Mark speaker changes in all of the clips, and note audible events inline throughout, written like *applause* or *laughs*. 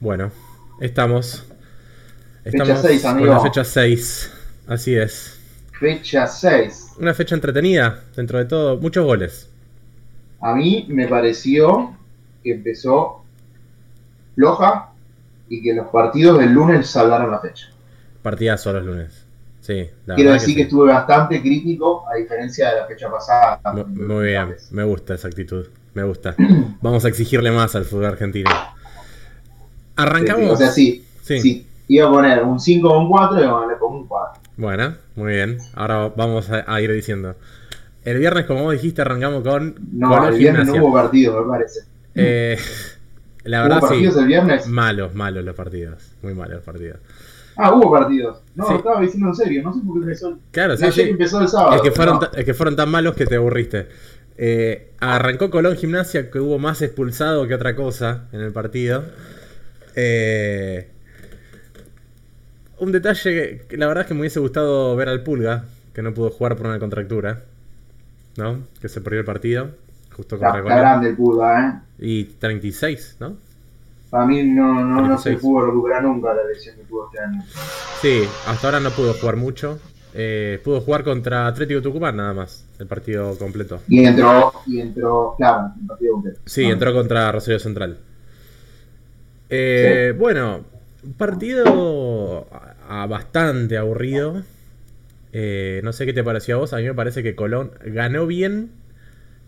Speaker 1: Bueno, estamos.
Speaker 2: Fecha
Speaker 1: Estamos
Speaker 2: seis,
Speaker 1: con
Speaker 2: amigo.
Speaker 1: la fecha 6. Así es.
Speaker 2: Fecha 6.
Speaker 1: Una fecha entretenida, dentro de todo. Muchos goles.
Speaker 2: A mí me pareció que empezó floja y que los partidos del lunes saldaron la fecha.
Speaker 1: Partidazo los lunes. Sí, la
Speaker 2: Quiero
Speaker 1: verdad
Speaker 2: decir que,
Speaker 1: sí.
Speaker 2: estuve bastante crítico, a diferencia de la fecha pasada.
Speaker 1: Mu- Muy bien, me gusta esa actitud. Me
Speaker 2: *clears throat*
Speaker 1: gusta. Vamos a exigirle más al fútbol argentino. Arrancamos.
Speaker 2: O sea, sí,
Speaker 1: Sí.
Speaker 2: sí, Iba a poner un 5 o un 4 y bueno, le pongo un 4.
Speaker 1: Bueno, muy bien. Ahora vamos a, a ir diciendo. El viernes, como vos dijiste, arrancamos con.
Speaker 2: No,
Speaker 1: Colón
Speaker 2: el viernes
Speaker 1: Gimnasia.
Speaker 2: no hubo partido, me parece.
Speaker 1: Eh, la
Speaker 2: ¿Hubo
Speaker 1: verdad, sí. Mm.
Speaker 2: partidos el viernes?
Speaker 1: Malos, malos los partidos. Muy malos los partidos.
Speaker 2: Ah, hubo partidos. No,
Speaker 1: Sí.
Speaker 2: estaba diciendo en serio, no sé por qué empezó. el-
Speaker 1: Claro, sí,
Speaker 2: ayer
Speaker 1: sí.
Speaker 2: empezó el sábado.
Speaker 1: Es que fueron,
Speaker 2: no.
Speaker 1: ta- es que fueron tan malos que te aburriste. Eh, arrancó Colón Gimnasia, que hubo más expulsado que otra cosa en el partido. Eh, un detalle que la verdad es que me hubiese gustado ver al Pulga, que no pudo jugar por una contractura. ¿No? Que se perdió el partido. Justo
Speaker 2: Está,
Speaker 1: contra
Speaker 2: está
Speaker 1: Colón.
Speaker 2: grande el pulga, ¿eh?
Speaker 1: Y 36, ¿no?
Speaker 2: Para mí no, no, no se
Speaker 1: 36.
Speaker 2: pudo recuperar nunca la lesión que tuvo este año.
Speaker 1: Sí, hasta ahora no pudo jugar mucho. Eh, pudo jugar contra Atlético Tucumán nada más, el partido completo.
Speaker 2: Y entró, y entró, claro, en partido completo.
Speaker 1: Sí,
Speaker 2: Ah.
Speaker 1: entró contra Rosario Central. Eh, Bueno, un partido a- a bastante aburrido. Eh, no sé qué te pareció a vos. A mí me parece que Colón ganó bien.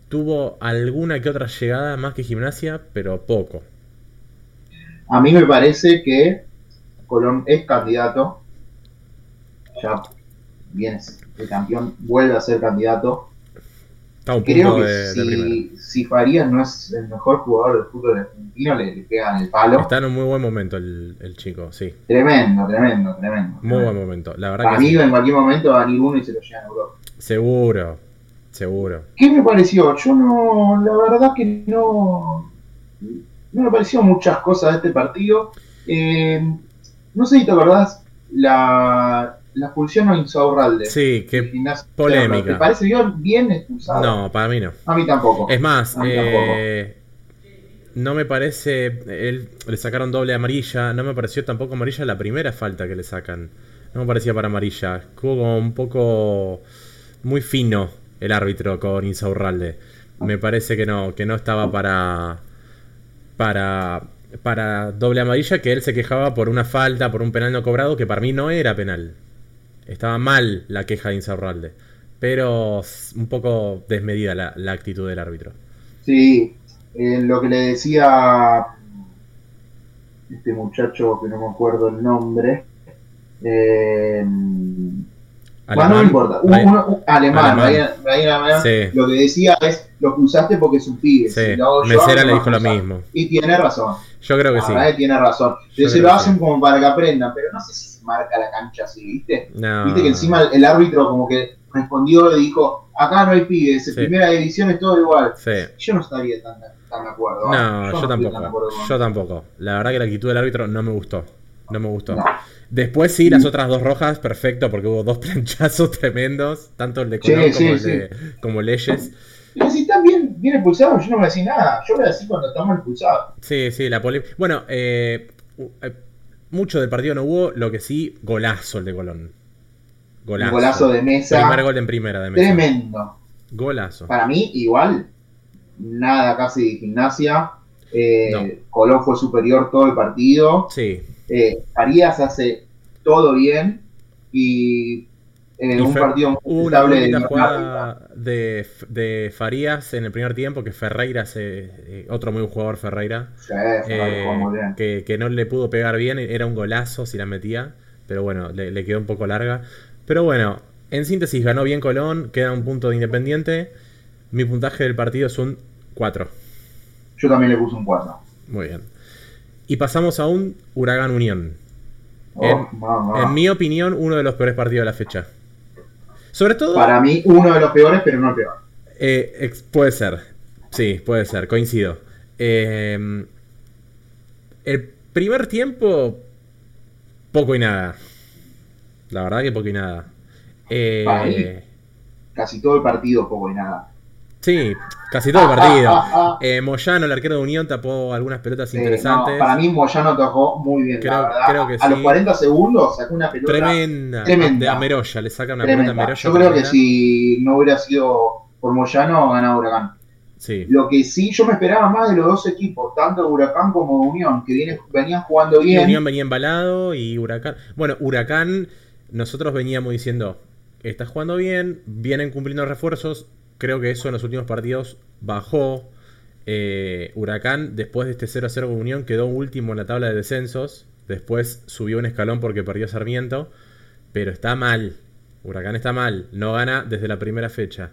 Speaker 1: Tuvo alguna que otra llegada más que gimnasia, pero poco.
Speaker 2: A mí me parece que Colón es candidato. Ya viene el campeón, vuelve a ser candidato.
Speaker 1: Está a un
Speaker 2: Creo
Speaker 1: punto
Speaker 2: que
Speaker 1: de, de primero.
Speaker 2: si, si Farías no es el mejor jugador del fútbol argentino, le, le pegan el palo.
Speaker 1: Está en un muy buen momento el, el chico, sí.
Speaker 2: Tremendo, tremendo, tremendo.
Speaker 1: Muy buen momento. La verdad
Speaker 2: Para
Speaker 1: que
Speaker 2: Ah. mí
Speaker 1: sí.
Speaker 2: en cualquier momento va a ir uno y se lo llevan a Europa.
Speaker 1: Seguro, seguro.
Speaker 2: ¿Qué me pareció? Yo no, la verdad que no, no me pareció muchas cosas de este partido. Eh, no sé si te acordás la, la expulsión a Insaurralde.
Speaker 1: Sí,
Speaker 2: del
Speaker 1: que.
Speaker 2: gimnasio de
Speaker 1: polémica.
Speaker 2: Cerro. ¿Te parece bien, bien expulsado?
Speaker 1: No, para mí no.
Speaker 2: A mí tampoco.
Speaker 1: Es más,
Speaker 2: A mí
Speaker 1: eh, no me parece. Él, le sacaron doble amarilla. No me pareció tampoco amarilla la primera falta que le sacan. No me parecía para amarilla. Estuvo como un poco. Muy fino el árbitro con Insaurralde. Me parece que no, que no estaba para. Para. Para doble amarilla, que él se quejaba por una falta, por un penal no cobrado, que para mí no era penal. Estaba mal la queja de Insaurralde. Pero s- un poco desmedida la, la actitud del árbitro.
Speaker 2: Sí, eh, lo que le decía este muchacho que no me acuerdo el nombre. eh, bueno, no
Speaker 1: Alemán,
Speaker 2: me importa. Un-
Speaker 1: Brian-
Speaker 2: uno- un- alemán,
Speaker 1: Alemán.
Speaker 2: Brian- Brian Alemán,
Speaker 1: Sí.
Speaker 2: Lo que decía es: lo cruzaste porque es un pibe.
Speaker 1: Sí,
Speaker 2: si lo hago yo,
Speaker 1: Mesera
Speaker 2: no
Speaker 1: le
Speaker 2: vas
Speaker 1: dijo
Speaker 2: a
Speaker 1: lo
Speaker 2: cruzar.
Speaker 1: mismo.
Speaker 2: Y tiene razón.
Speaker 1: Yo creo que
Speaker 2: La
Speaker 1: sí.
Speaker 2: verdad que tiene razón.
Speaker 1: Yo
Speaker 2: Se
Speaker 1: creo
Speaker 2: lo
Speaker 1: que
Speaker 2: hacen
Speaker 1: sí.
Speaker 2: como para que aprendan, pero no sé si se marca la cancha así, ¿viste?
Speaker 1: No.
Speaker 2: Viste que encima el árbitro como que respondió y dijo, acá no hay pibes, en
Speaker 1: Sí.
Speaker 2: primera división es todo igual.
Speaker 1: Sí.
Speaker 2: Yo no estaría tan, tan de acuerdo. ¿eh?
Speaker 1: No, yo,
Speaker 2: estoy tan de acuerdo
Speaker 1: tampoco.
Speaker 2: con-
Speaker 1: Yo tampoco. La verdad que la actitud del árbitro no me gustó. No me gustó.
Speaker 2: No.
Speaker 1: Después sí, las otras dos rojas, perfecto, porque hubo dos *laughs* planchazos tremendos, tanto el de
Speaker 2: Sí,
Speaker 1: Colón como,
Speaker 2: sí,
Speaker 1: el
Speaker 2: sí.
Speaker 1: de- como Leyes.
Speaker 2: Pero si están bien, bien expulsados, yo no voy a decir nada. Yo voy a decir cuando estamos expulsados.
Speaker 1: Sí, sí, la polémica. Bueno, eh, u- eh, mucho del partido no hubo, lo que sí, golazo el de Colón.
Speaker 2: Un
Speaker 1: Golazo.
Speaker 2: golazo de mesa.
Speaker 1: Primer gol en primera de mesa.
Speaker 2: Tremendo.
Speaker 1: Golazo.
Speaker 2: Para mí, igual, nada casi de gimnasia. Eh,
Speaker 1: No.
Speaker 2: Colón fue superior todo el partido.
Speaker 1: Sí.
Speaker 2: Eh, Farías hace todo bien y eh,
Speaker 1: Y
Speaker 2: un
Speaker 1: Fer-
Speaker 2: partido
Speaker 1: Hubo
Speaker 2: muy
Speaker 1: una
Speaker 2: estable de
Speaker 1: bonita
Speaker 2: Nicolás Riva.
Speaker 1: jugada de, de Farías en el primer tiempo, que Ferreira, se, eh, otro muy buen jugador Ferreira,
Speaker 2: Sí, Ferrari
Speaker 1: eh,
Speaker 2: jugó muy bien.
Speaker 1: que, que no le pudo pegar bien, era un golazo si la metía, pero bueno, le, le quedó un poco larga. Pero bueno, en síntesis, ganó bien Colón, queda un punto de Independiente, mi puntaje del partido es un 4,
Speaker 2: Yo también le puse un 4.
Speaker 1: muy bien. Y pasamos a un Huracán Unión.
Speaker 2: Oh,
Speaker 1: En-
Speaker 2: mamá.
Speaker 1: En mi opinión, uno de los peores partidos de la fecha. Sobre todo...
Speaker 2: Para mí, uno de los peores, pero no el peor.
Speaker 1: Eh, ex- puede ser. Sí, puede ser. Coincido. Eh, el primer tiempo, poco y nada. La verdad que poco y nada. Eh,
Speaker 2: Para mí. Casi todo el partido, poco y nada. Ah,
Speaker 1: Sí, casi todo el partido. Eh, Moyano, el arquero de Unión, tapó algunas pelotas
Speaker 2: Sí,
Speaker 1: interesantes.
Speaker 2: Eh, no, para mí Moyano tocó muy bien,
Speaker 1: Creo-
Speaker 2: la verdad.
Speaker 1: creo que
Speaker 2: a los
Speaker 1: sí.
Speaker 2: 40 segundos sacó una pelota
Speaker 1: tremenda.
Speaker 2: tremenda.
Speaker 1: De Ameroya, le saca una pelota a
Speaker 2: tremenda.
Speaker 1: Ameroya.
Speaker 2: Yo creo que
Speaker 1: tremenda.
Speaker 2: si no hubiera sido por Moyano, ganaba Huracán.
Speaker 1: Sí,
Speaker 2: Lo que sí, yo me esperaba más de los dos equipos, tanto Huracán como Unión, que viene- venían jugando
Speaker 1: Y
Speaker 2: bien.
Speaker 1: Unión venía embalado y Huracán. Bueno, Huracán, nosotros veníamos diciendo, está jugando bien, vienen cumpliendo refuerzos. Creo que eso en los últimos partidos bajó. Eh, Huracán, después de este 0-0 con Unión, quedó último en la tabla de descensos. Después subió un escalón porque perdió Sarmiento. Pero está mal. Huracán está mal. No gana desde la primera fecha.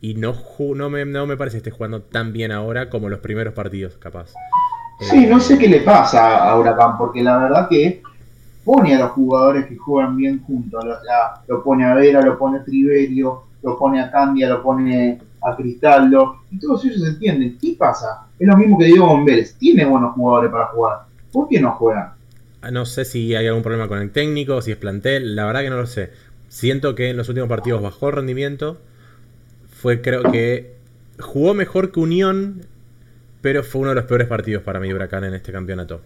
Speaker 1: Y no, ju- no, me, no me parece que esté jugando tan bien ahora como los primeros partidos, capaz.
Speaker 2: Sí,
Speaker 1: Eh,
Speaker 2: no sé qué le pasa a Huracán, porque la verdad que pone a los jugadores que juegan bien juntos. Lo, la- lo pone a Vera, lo pone a Triverio, lo pone a Candia, lo pone a Cristaldo. Y todos ellos entienden. ¿Qué pasa? Es lo mismo que Diego con Vélez. Tiene buenos jugadores para jugar. ¿Por qué no juegan?
Speaker 1: Ah, No sé si hay algún problema con el técnico, si es plantel, la verdad que no lo sé. Siento que en los últimos partidos bajó el rendimiento. Fue, creo que jugó mejor que Unión, pero fue uno de los peores partidos para mí, Huracán, en este campeonato.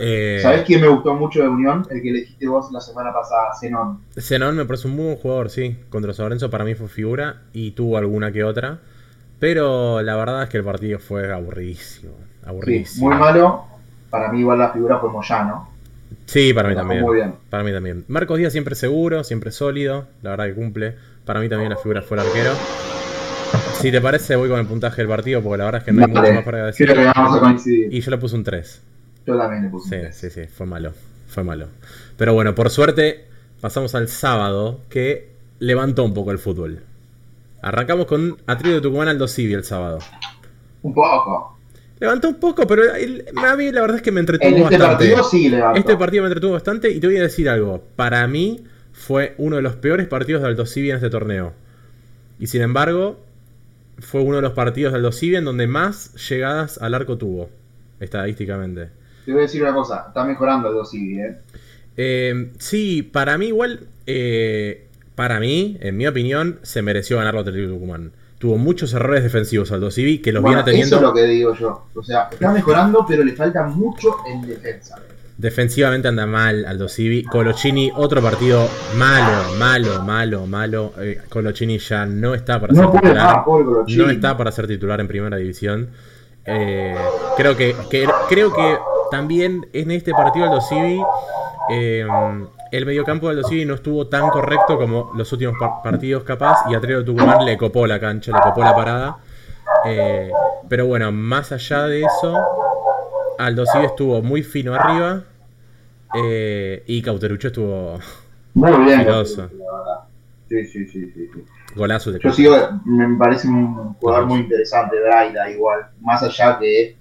Speaker 1: Eh,
Speaker 2: ¿Sabés quién me gustó mucho de Unión? El que elegiste vos la semana pasada, Zenón.
Speaker 1: Zenón me parece un muy buen jugador, sí. Contra San Lorenzo para mí fue figura y tuvo alguna que otra. Pero la verdad es que el partido fue aburridísimo.
Speaker 2: Sí,
Speaker 1: Aburridísimo.
Speaker 2: muy malo. Para mí igual la figura fue Moyano.
Speaker 1: Sí, para mí
Speaker 2: Trabajó
Speaker 1: también.
Speaker 2: Muy bien.
Speaker 1: Para mí también. Marcos Díaz siempre seguro, siempre sólido. La verdad que cumple. Para mí también la figura fue el arquero. Si te parece, voy con el puntaje del partido porque la verdad es que no hay
Speaker 2: Vale,
Speaker 1: mucho más para
Speaker 2: Creo que
Speaker 1: decir.
Speaker 2: vamos a coincidir.
Speaker 1: Y yo le puse un 3.
Speaker 2: Yo también le
Speaker 1: Sí,
Speaker 2: puse. un tres.
Speaker 1: sí, sí, fue malo. Fue malo. Pero bueno, por suerte pasamos al sábado que levantó un poco el fútbol. Arrancamos con Atrio de Tucumán Aldo Civi el sábado.
Speaker 2: Un poco.
Speaker 1: Levantó un poco, pero el- a mí la verdad es que me entretuvo
Speaker 2: En este
Speaker 1: bastante.
Speaker 2: partido sí levantó.
Speaker 1: Este partido me entretuvo bastante y te voy a decir algo. Para mí fue uno de los peores partidos de Aldo Civi en este torneo. Y sin embargo, fue uno de los partidos de Aldo Civi en donde más llegadas al arco tuvo, estadísticamente.
Speaker 2: Te voy a decir una cosa, está mejorando el 2 ¿eh?
Speaker 1: Eh, sí, para mí igual, eh, para mí, en mi opinión, se mereció ganar la Atlético Tucumán. Tuvo muchos errores defensivos Aldo Civi que los
Speaker 2: Bueno,
Speaker 1: viene teniendo
Speaker 2: Eso es lo que digo yo. O sea, está mejorando, pero le falta mucho en defensa.
Speaker 1: Defensivamente anda mal Aldo Civi. Colochini, otro partido malo, malo, malo, malo. Eh, Colochini ya no está para
Speaker 2: No
Speaker 1: ser
Speaker 2: puede
Speaker 1: titular.
Speaker 2: más, pobre Colochini.
Speaker 1: No está para ser titular en primera división. Eh, creo, que, que- creo que también en este partido Aldo Civi, eh, el mediocampo de Aldo Civi no estuvo tan correcto como los últimos par- partidos capaz y Atreo Tucumán le copó la cancha, le copó la parada. Eh, pero bueno, más allá de eso, Aldo Civi estuvo muy fino arriba eh, y Cauterucho estuvo
Speaker 2: Muy bien.
Speaker 1: Filoso.
Speaker 2: Colochini, la verdad. Sí, sí, sí, sí, sí.
Speaker 1: golazo de
Speaker 2: Yo sigo, me parece un jugador muy interesante, Braida, igual. Más allá que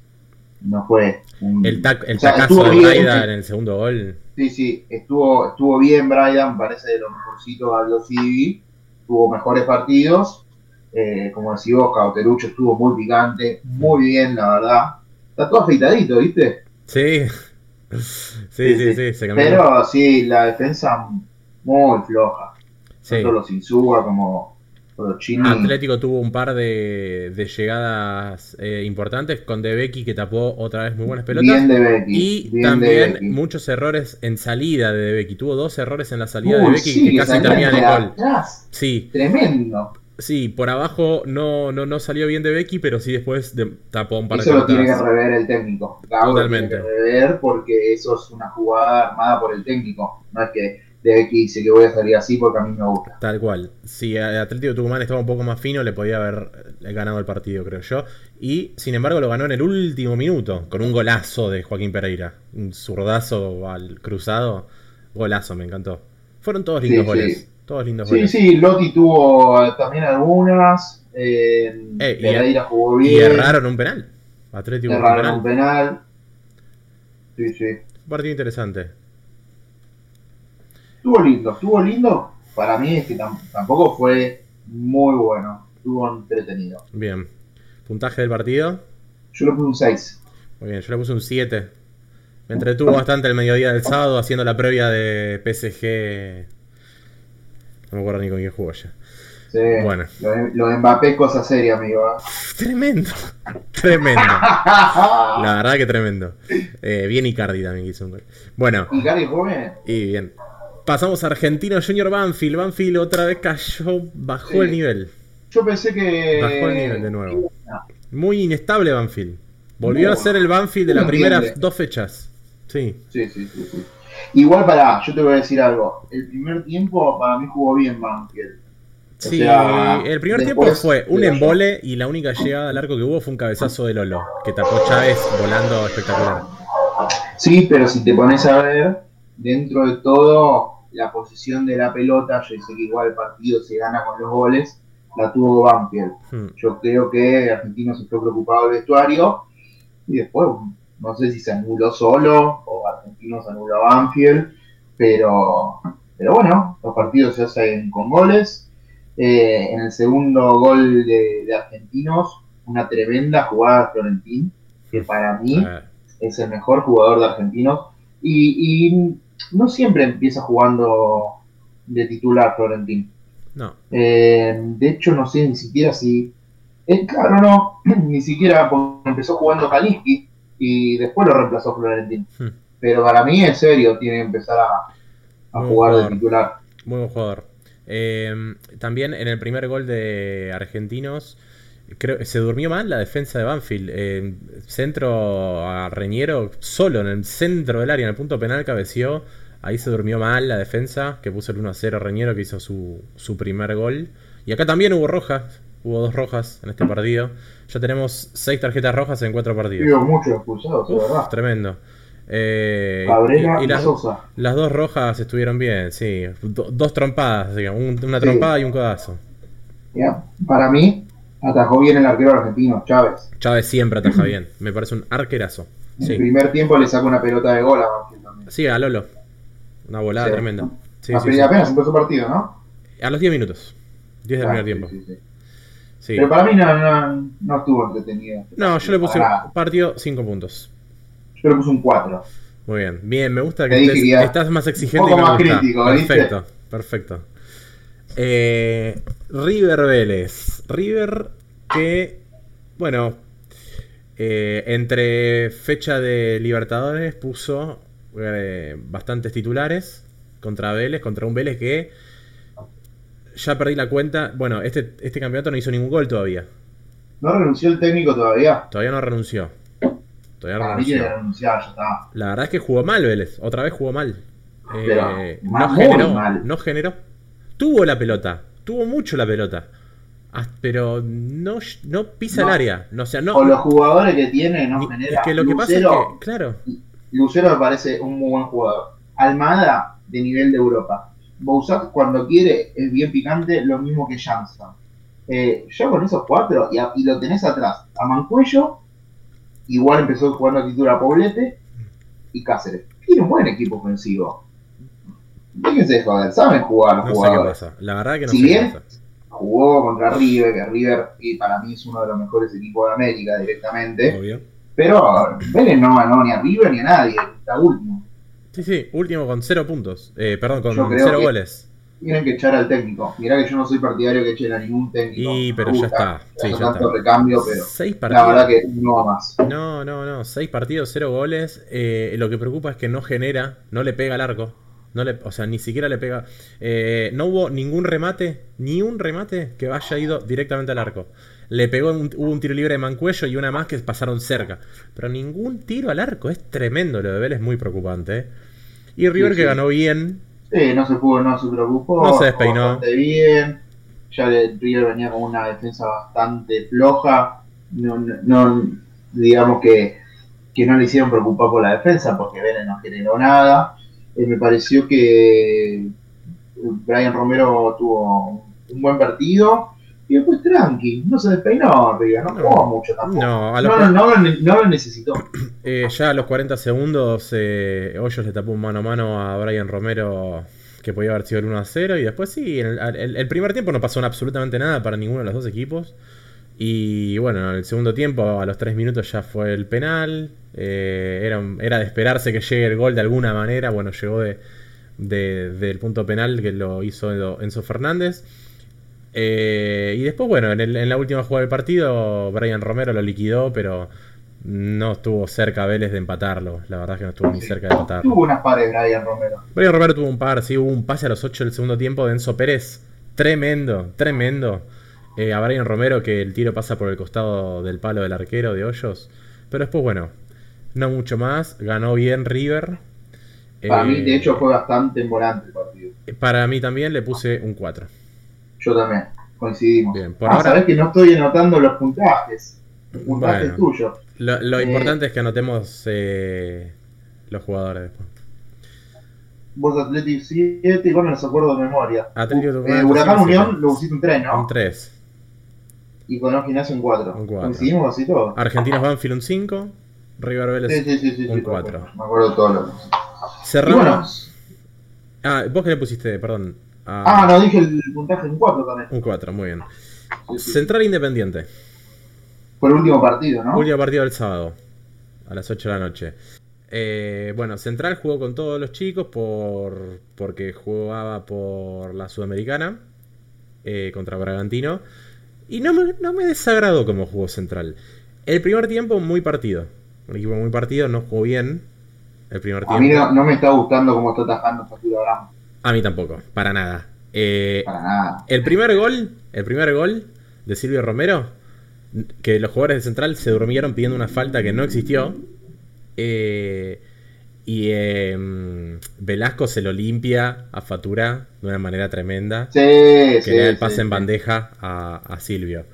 Speaker 2: no fue un-
Speaker 1: El, tac- el
Speaker 2: O sea,
Speaker 1: tacazo
Speaker 2: estuvo
Speaker 1: de
Speaker 2: bien,
Speaker 1: Raida
Speaker 2: sí.
Speaker 1: en el segundo gol.
Speaker 2: Sí, sí, estuvo, estuvo bien Brian, parece de los mejorcitos Aldo Civi, tuvo mejores partidos, eh, como decís vos, Cauterucho estuvo muy picante, muy bien, la verdad. Está todo afeitadito, ¿viste?
Speaker 1: Sí. Sí, sí,
Speaker 2: sí.
Speaker 1: sí, se cambió.
Speaker 2: Pero sí, la defensa muy floja,
Speaker 1: Sí.
Speaker 2: tanto los Insúa como los chinos.
Speaker 1: Atlético tuvo un par de, de llegadas eh, importantes con Debeki que tapó otra vez muy buenas pelotas.
Speaker 2: Bien de Becky.
Speaker 1: y
Speaker 2: bien
Speaker 1: también
Speaker 2: de Becky.
Speaker 1: muchos errores en salida de Debeki. Tuvo dos errores en la salida de
Speaker 2: Uy,
Speaker 1: Debeki
Speaker 2: sí,
Speaker 1: que casi
Speaker 2: salieron
Speaker 1: terminan
Speaker 2: de
Speaker 1: en gol.
Speaker 2: atrás,
Speaker 1: Sí,
Speaker 2: Tremendo.
Speaker 1: sí, por abajo no, no, no salió bien Debeki, pero sí después de- tapó un par
Speaker 2: Eso
Speaker 1: de
Speaker 2: lo tiene que
Speaker 1: pelotas.
Speaker 2: rever el técnico. Gago
Speaker 1: Totalmente.
Speaker 2: Lo tiene que rever porque eso es una jugada armada por el técnico. No es que de que dice que voy a salir así porque a mí me gusta.
Speaker 1: Tal cual. Si el Atlético de Tucumán estaba un poco más fino, le podía haber eh, ganado el partido, creo yo. Y sin embargo lo ganó en el último minuto, con un golazo de Joaquín Pereira. Un zurdazo al cruzado. Golazo, me encantó. Fueron todos
Speaker 2: Sí,
Speaker 1: lindos
Speaker 2: sí.
Speaker 1: goles. Todos lindos
Speaker 2: Sí,
Speaker 1: goles.
Speaker 2: sí, Lotti tuvo eh, también algunas. Eh,
Speaker 1: Eh, y-
Speaker 2: Pereira jugó bien.
Speaker 1: Y erraron un penal. Atlético un
Speaker 2: erraron un
Speaker 1: penal.
Speaker 2: penal. Sí, sí.
Speaker 1: Un partido interesante.
Speaker 2: Estuvo lindo, estuvo lindo. Para mí es que tam- tampoco fue muy bueno. Estuvo entretenido.
Speaker 1: Bien. Puntaje del partido.
Speaker 2: Yo le puse un 6.
Speaker 1: Muy bien, yo le puse un 7. Me entretuvo bastante el mediodía del sábado haciendo la previa de PSG. No me acuerdo ni con quién jugó ya.
Speaker 2: Sí,
Speaker 1: Bueno.
Speaker 2: lo, de- lo de Mbappé, cosa seria, amigo. ¿eh?
Speaker 1: Tremendo. *laughs* Tremendo.
Speaker 2: *laughs*
Speaker 1: La verdad que tremendo. Eh, bien Icardi también hizo un gol. Bueno,
Speaker 2: Y Gary Gómez,
Speaker 1: y bien. Pasamos a Argentino Junior Banfield. Banfield otra vez cayó, bajó
Speaker 2: Sí. Eh,
Speaker 1: el nivel.
Speaker 2: yo pensé que.
Speaker 1: Bajó el nivel de nuevo. Muy inestable Banfield. Volvió
Speaker 2: No.
Speaker 1: a ser el Banfield de
Speaker 2: No
Speaker 1: las primeras
Speaker 2: entiende.
Speaker 1: dos fechas. Sí.
Speaker 2: Sí, sí, sí, sí. Igual para, yo te voy a decir algo. El primer tiempo para mí jugó bien Banfield. O
Speaker 1: Sí,
Speaker 2: sea,
Speaker 1: el primer
Speaker 2: después
Speaker 1: tiempo fue un
Speaker 2: de la-
Speaker 1: embole y la única llegada al arco que hubo fue un cabezazo de Lolo, que tapó Chávez volando espectacular.
Speaker 2: Sí, pero si te pones a ver, dentro de todo, la posición de la pelota, yo sé que igual el partido se gana con los goles, la tuvo Banfield.
Speaker 1: Hmm.
Speaker 2: Yo creo que Argentino se fue preocupado del vestuario y después, no sé si se anuló solo o Argentino se anuló a Banfield, pero, pero bueno, los partidos se hacen con goles. Eh, en el segundo gol de, de Argentinos, una tremenda jugada de Florentín, que para mí
Speaker 1: Ah,
Speaker 2: es el mejor jugador de Argentinos y, y no siempre empieza jugando de titular Florentín.
Speaker 1: no.
Speaker 2: Eh, de hecho, no sé ni siquiera si. eh, claro, no, *clears throat* ni siquiera porque empezó jugando Kaliski y después lo reemplazó Florentín.
Speaker 1: Hmm.
Speaker 2: Pero para mí, en serio, tiene que empezar a, a
Speaker 1: Muy
Speaker 2: jugar de
Speaker 1: jugador.
Speaker 2: titular.
Speaker 1: Muy buen jugador. Eh, también en el primer gol de Argentinos, creo se durmió mal la defensa de Banfield. Eh, centro a Reñero, solo en el centro del área, en el punto penal cabeció. Ahí se durmió mal la defensa, que puso el 1 a 0 a Reñero, que hizo su, su primer gol. Y acá también hubo rojas, hubo dos rojas en este partido. Ya tenemos seis tarjetas rojas en cuatro partidos.
Speaker 2: Vivo mucho expulsados, de
Speaker 1: Uf,
Speaker 2: verdad.
Speaker 1: tremendo. Eh,
Speaker 2: Cabrera
Speaker 1: y-
Speaker 2: y,
Speaker 1: y las-
Speaker 2: Sosa.
Speaker 1: las dos rojas estuvieron bien, sí. Do- dos trompadas, digamos. Un- una trompada y un codazo.
Speaker 2: Ya, Para mí, atajó bien el arquero argentino, Chávez.
Speaker 1: Chávez siempre ataja bien. Me parece un arquerazo.
Speaker 2: En el
Speaker 1: Sí,
Speaker 2: primer tiempo le sacó una pelota de gol a Banfield también.
Speaker 1: sí a Lolo. Una volada
Speaker 2: Sí.
Speaker 1: tremenda. Sí, sí,
Speaker 2: Apenas-
Speaker 1: sí.
Speaker 2: Apenas empezó el partido, ¿no?
Speaker 1: A los 10 minutos. 10 del
Speaker 2: Ah,
Speaker 1: primer
Speaker 2: sí,
Speaker 1: tiempo.
Speaker 2: sí, sí.
Speaker 1: Sí.
Speaker 2: Pero para mí no, no, no estuvo entretenido.
Speaker 1: No, yo le puse
Speaker 2: Para nada.
Speaker 1: partido 5 puntos.
Speaker 2: Yo le puse un 4.
Speaker 1: Muy bien. Bien, me gusta
Speaker 2: Te
Speaker 1: que
Speaker 2: dije
Speaker 1: estés,
Speaker 2: que ya-
Speaker 1: estás más exigente
Speaker 2: poco
Speaker 1: y me
Speaker 2: más
Speaker 1: gusta.
Speaker 2: crítico, ¿viste?
Speaker 1: Perfecto, perfecto. Eh, River Vélez. River que, bueno, eh, entre fecha de Libertadores puso eh, bastantes titulares contra Vélez, contra un Vélez que ya perdí la cuenta. Bueno, este, este campeonato no hizo ningún gol todavía.
Speaker 2: ¿No renunció el técnico todavía?
Speaker 1: Todavía no renunció. Todavía
Speaker 2: Para mí
Speaker 1: renunció.
Speaker 2: tiene que renunciar, ya está.
Speaker 1: La verdad es que jugó mal Vélez, otra vez jugó mal. Eh,
Speaker 2: Pero,
Speaker 1: no
Speaker 2: muy
Speaker 1: generó,
Speaker 2: mal.
Speaker 1: no generó. Tuvo la pelota, tuvo mucho la pelota. Ah, Pero no, no pisa
Speaker 2: No.
Speaker 1: el área. No, o sea, no.
Speaker 2: Con los jugadores que tiene, no
Speaker 1: ni-
Speaker 2: genera.
Speaker 1: es que lo que pasa es
Speaker 2: Lucero,
Speaker 1: que, claro,
Speaker 2: Lucero me parece un muy buen jugador. Almada, de nivel de Europa. Bouzat, cuando quiere, es bien picante, lo mismo que Janssen. Eh, ya con esos cuatro, y, a- y lo tenés atrás. A Mancuello, igual empezó jugando a titular Poblete, y Cáceres. Tiene un buen equipo ofensivo. Déjense de joder, saben jugar los
Speaker 1: no sé qué
Speaker 2: jugadores.
Speaker 1: pasa. La verdad que no
Speaker 2: Si
Speaker 1: sé qué
Speaker 2: bien-
Speaker 1: pasa.
Speaker 2: Jugó contra River, que River eh, para mí es uno de los mejores equipos de América directamente.
Speaker 1: Obvio.
Speaker 2: Pero Vélez no ganó ni a River ni a nadie, está último.
Speaker 1: Sí, sí, último con cero puntos. Eh, perdón, con
Speaker 2: Yo creo
Speaker 1: cero
Speaker 2: que-
Speaker 1: goles.
Speaker 2: Tienen que echar al técnico. Mirá que yo no soy partidario que echen a ningún técnico.
Speaker 1: Y,
Speaker 2: Me
Speaker 1: pero ya
Speaker 2: gusta,
Speaker 1: está. Sí,
Speaker 2: hace
Speaker 1: ya
Speaker 2: tanto
Speaker 1: está.
Speaker 2: recambio, pero
Speaker 1: Seis
Speaker 2: la
Speaker 1: partidos.
Speaker 2: verdad que no va más.
Speaker 1: No, no, no. Seis partidos, cero goles. Eh, lo que preocupa es que no genera, no le pega al arco. No le, o sea, ni siquiera le pega. Eh, no hubo ningún remate, ni un remate que haya ido directamente al arco. Le pegó, un, hubo un tiro libre de Mancuello y una más que pasaron cerca. Pero ningún tiro al arco. Es tremendo. Lo de Vélez es muy preocupante. ¿eh? Y River
Speaker 2: Sí,
Speaker 1: que
Speaker 2: sí.
Speaker 1: ganó bien.
Speaker 2: Sí, no se pudo, no se preocupó.
Speaker 1: No se despeinó.
Speaker 2: bastante bien. Ya el River venía con una defensa bastante floja. No, no- no- digamos que, que no le hicieron preocupar por la defensa porque Vélez no generó nada. Eh, me pareció que eh, Brian Romero tuvo un buen partido. Y después tranqui, no se despeinó River, no
Speaker 1: No.
Speaker 2: jugó mucho tampoco.
Speaker 1: No, a los
Speaker 2: No, no, no, lo ne- no lo necesitó.
Speaker 1: Eh, ya a los 40 segundos, eh, Hoyos le tapó un mano a mano a Brian Romero que podía haber sido el 1 a 0. Y después sí, en el, al- el- el primer tiempo no pasó absolutamente nada para ninguno de los dos equipos. Y bueno, en el segundo tiempo, a los 3 minutos ya fue el penal. Eh, era, un- era de esperarse que llegue el gol de alguna manera. Bueno, llegó de, de- del punto penal que lo hizo Enzo Fernández. Eh, y después, bueno, en, el- en la última jugada del partido, Brian Romero lo liquidó, pero no estuvo cerca Vélez de empatarlo. La verdad es que no estuvo ni cerca de empatarlo.
Speaker 2: Tuvo unas pares Brian Romero.
Speaker 1: Brian Romero tuvo un par, sí, hubo un pase a los 8 del segundo tiempo de Enzo Pérez. Tremendo, tremendo. Eh, a Brian Romero que el tiro pasa por el costado del palo del arquero de Hoyos. Pero después, bueno, no mucho más. Ganó bien River.
Speaker 2: Para
Speaker 1: Eh,
Speaker 2: mí, de hecho, fue bastante embolante el partido.
Speaker 1: Para mí también le puse un 4.
Speaker 2: Yo también, coincidimos.
Speaker 1: Bien, por
Speaker 2: ah,
Speaker 1: ahora-
Speaker 2: sabés que no estoy anotando los puntajes. Los puntajes
Speaker 1: Bueno.
Speaker 2: tuyos.
Speaker 1: Lo, lo
Speaker 2: Eh.
Speaker 1: importante es que anotemos eh, los jugadores después.
Speaker 2: Vos Atlético 7, bueno, los acuerdo de memoria.
Speaker 1: Atlético Tucumán,
Speaker 2: Eh, Huracán
Speaker 1: Racing,
Speaker 2: Unión
Speaker 1: siete.
Speaker 2: lo pusiste un 3, ¿no?
Speaker 1: Un 3.
Speaker 2: Y con los gimnasio un 4.
Speaker 1: Un cuatro.
Speaker 2: Coincidimos así todo.
Speaker 1: Argentinos Banfield un 5. River Vélez.
Speaker 2: sí, sí, sí, sí.
Speaker 1: un
Speaker 2: sí,
Speaker 1: cuatro.
Speaker 2: Me acuerdo todo lo que Y
Speaker 1: Cerramos.
Speaker 2: bueno,
Speaker 1: Ah, vos que le pusiste, perdón. a-
Speaker 2: ah, no, dije el puntaje en 4 también.
Speaker 1: Un 4, muy bien.
Speaker 2: Sí, sí.
Speaker 1: Central Independiente.
Speaker 2: Fue el último partido, ¿no?
Speaker 1: Último partido del sábado, a las 8 de la noche. Eh, bueno, Central jugó con todos los chicos por, porque jugaba por la Sudamericana eh, contra Bragantino. Y no me, no me desagradó como jugó Central. El primer tiempo, muy partido. Un equipo muy partido, no jugó bien. El primer
Speaker 2: A
Speaker 1: tiempo.
Speaker 2: mí no, no me está gustando cómo está atajando Fatura Abraham.
Speaker 1: A mí tampoco, para nada. Eh,
Speaker 2: Para nada.
Speaker 1: El primer gol, el primer gol de Silvio Romero, que los jugadores de Central se durmieron pidiendo una falta que no existió. eh, y eh, mm, Velasco se lo limpia a Fatura de una manera tremenda.
Speaker 2: Sí,
Speaker 1: que
Speaker 2: sí.
Speaker 1: le da el
Speaker 2: sí,
Speaker 1: pase en
Speaker 2: sí.
Speaker 1: bandeja a, a Silvio.